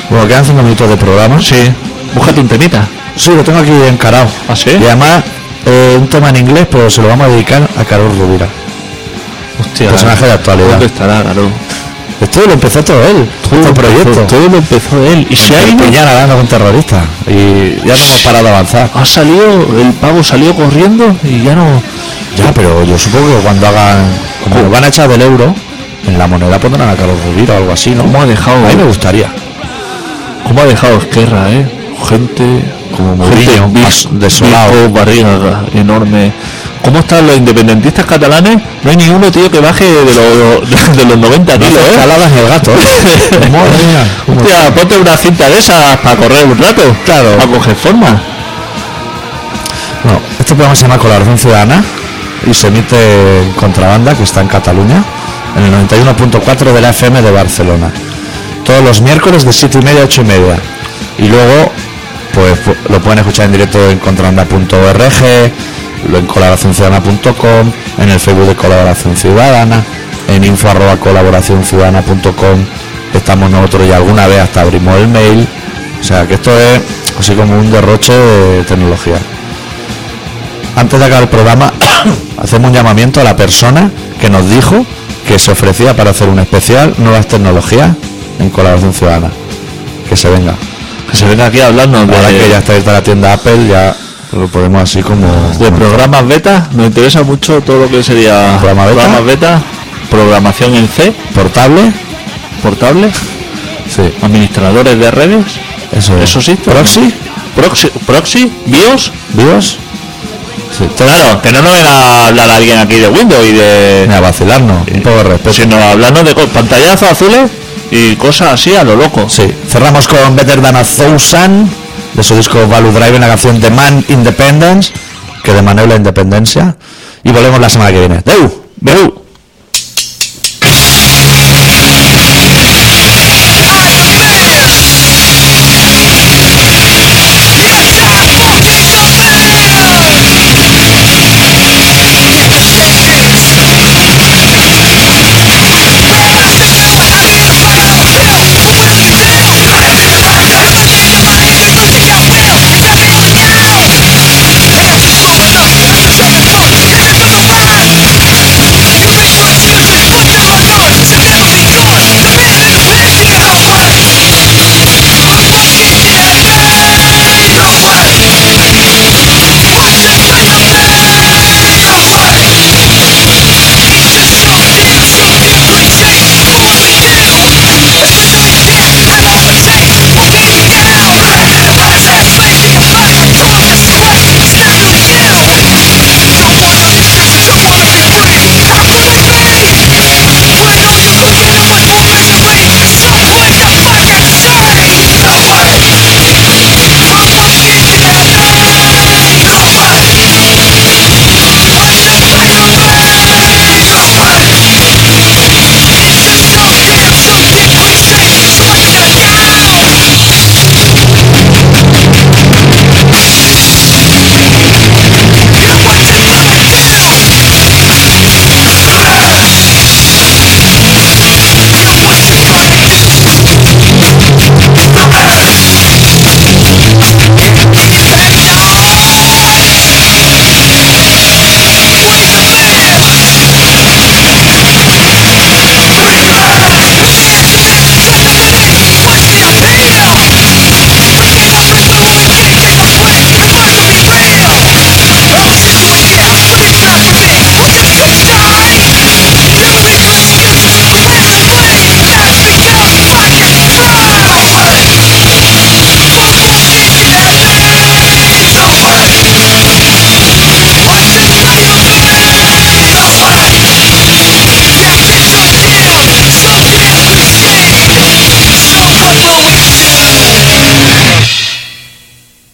Speaker 1: Bueno, quedan 5 minutos de programa.
Speaker 2: Sí. Búscate un temita.
Speaker 1: Sí, lo tengo aquí encarado.
Speaker 2: ¿Ah, sí?
Speaker 1: Y además, eh, un tema en inglés, pero se lo vamos a dedicar a Carol Rubira.
Speaker 2: Hostia.
Speaker 1: Personaje de actualidad.
Speaker 2: ¿Dónde estará, Garón?
Speaker 1: Esto lo empezó todo él, todo el proyecto.
Speaker 2: Todo lo empezó él. Y si
Speaker 1: El
Speaker 2: alguien
Speaker 1: Peñar hablando con terroristas. Y ya no hemos parado de avanzar.
Speaker 2: ha salido, el pavo salió corriendo y ya no.
Speaker 1: Ya, pero yo supongo que cuando hagan. Como lo van a echar del euro, en la moneda pondrán a Carol Rubira o algo así, ¿no?
Speaker 2: ¿Cómo ha dejado?
Speaker 1: A mí me gustaría.
Speaker 2: ¿Cómo ha dejado Esquerra, eh? Gente.
Speaker 1: Como
Speaker 2: gente
Speaker 1: Mourinho,
Speaker 2: bis-
Speaker 1: pas- desolado.
Speaker 2: bico, barriga enorme. ¿Cómo están los independentistas catalanes? No hay ninguno, tío, que baje de, los de los 90
Speaker 1: No
Speaker 2: kilos,
Speaker 1: hace
Speaker 2: ¿eh?
Speaker 1: escaladas ni el gato, ¿eh? Madre mía, cómo está.
Speaker 2: Hostia, ponte una cinta de esas para correr un rato.
Speaker 1: Claro.
Speaker 2: Para coger forma.
Speaker 1: No, este programa se llama Colaboración Ciudadana y se emite en Contrabanda, que está en Cataluña, en el 91.4 de la FM de Barcelona. Todos los miércoles de 7 y media a 8 y media. y luego pues pu- lo pueden escuchar en directo en contraonda.org, lo en colaboracionciudadana.com, en el Facebook de Colaboración Ciudadana, en info arroba colaboracionciudadana.com estamos nosotros y alguna vez hasta abrimos el mail. O sea que esto es así como un derroche de tecnología. Antes de acabar el programa, hacemos un llamamiento a la persona que nos dijo que se ofrecía para hacer un especial Nuevas Tecnologías en Colaboración Ciudadana. Que se venga.
Speaker 2: Que se venga aquí a hablarnos
Speaker 1: Ahora
Speaker 2: de,
Speaker 1: que ya está abierta la tienda Apple, ya lo podemos así como...
Speaker 2: de programas beta. Nos interesa mucho todo lo que sería
Speaker 1: Programa beta.
Speaker 2: programas beta, programación en C,
Speaker 1: portable.
Speaker 2: portable,
Speaker 1: Sí,
Speaker 2: administradores de redes.
Speaker 1: eso es.
Speaker 2: Eso sí,
Speaker 1: Proxy,
Speaker 2: proxy, proxy, BIOS.
Speaker 1: BIOS. Sí, todo
Speaker 2: Claro, que no nos venga a hablar alguien aquí de Windows y de.
Speaker 1: Venga, vacilarnos, un poco de respeto.
Speaker 2: sino hablarnos de co- pantallazos azules y cosas así a lo loco.
Speaker 1: Sí, cerramos con Better Than a Thousand, de su disco Value Drive, una canción de Man Independence, que de Manuel la Independencia, y volvemos la semana que viene. ¡Deu! ¡Deu!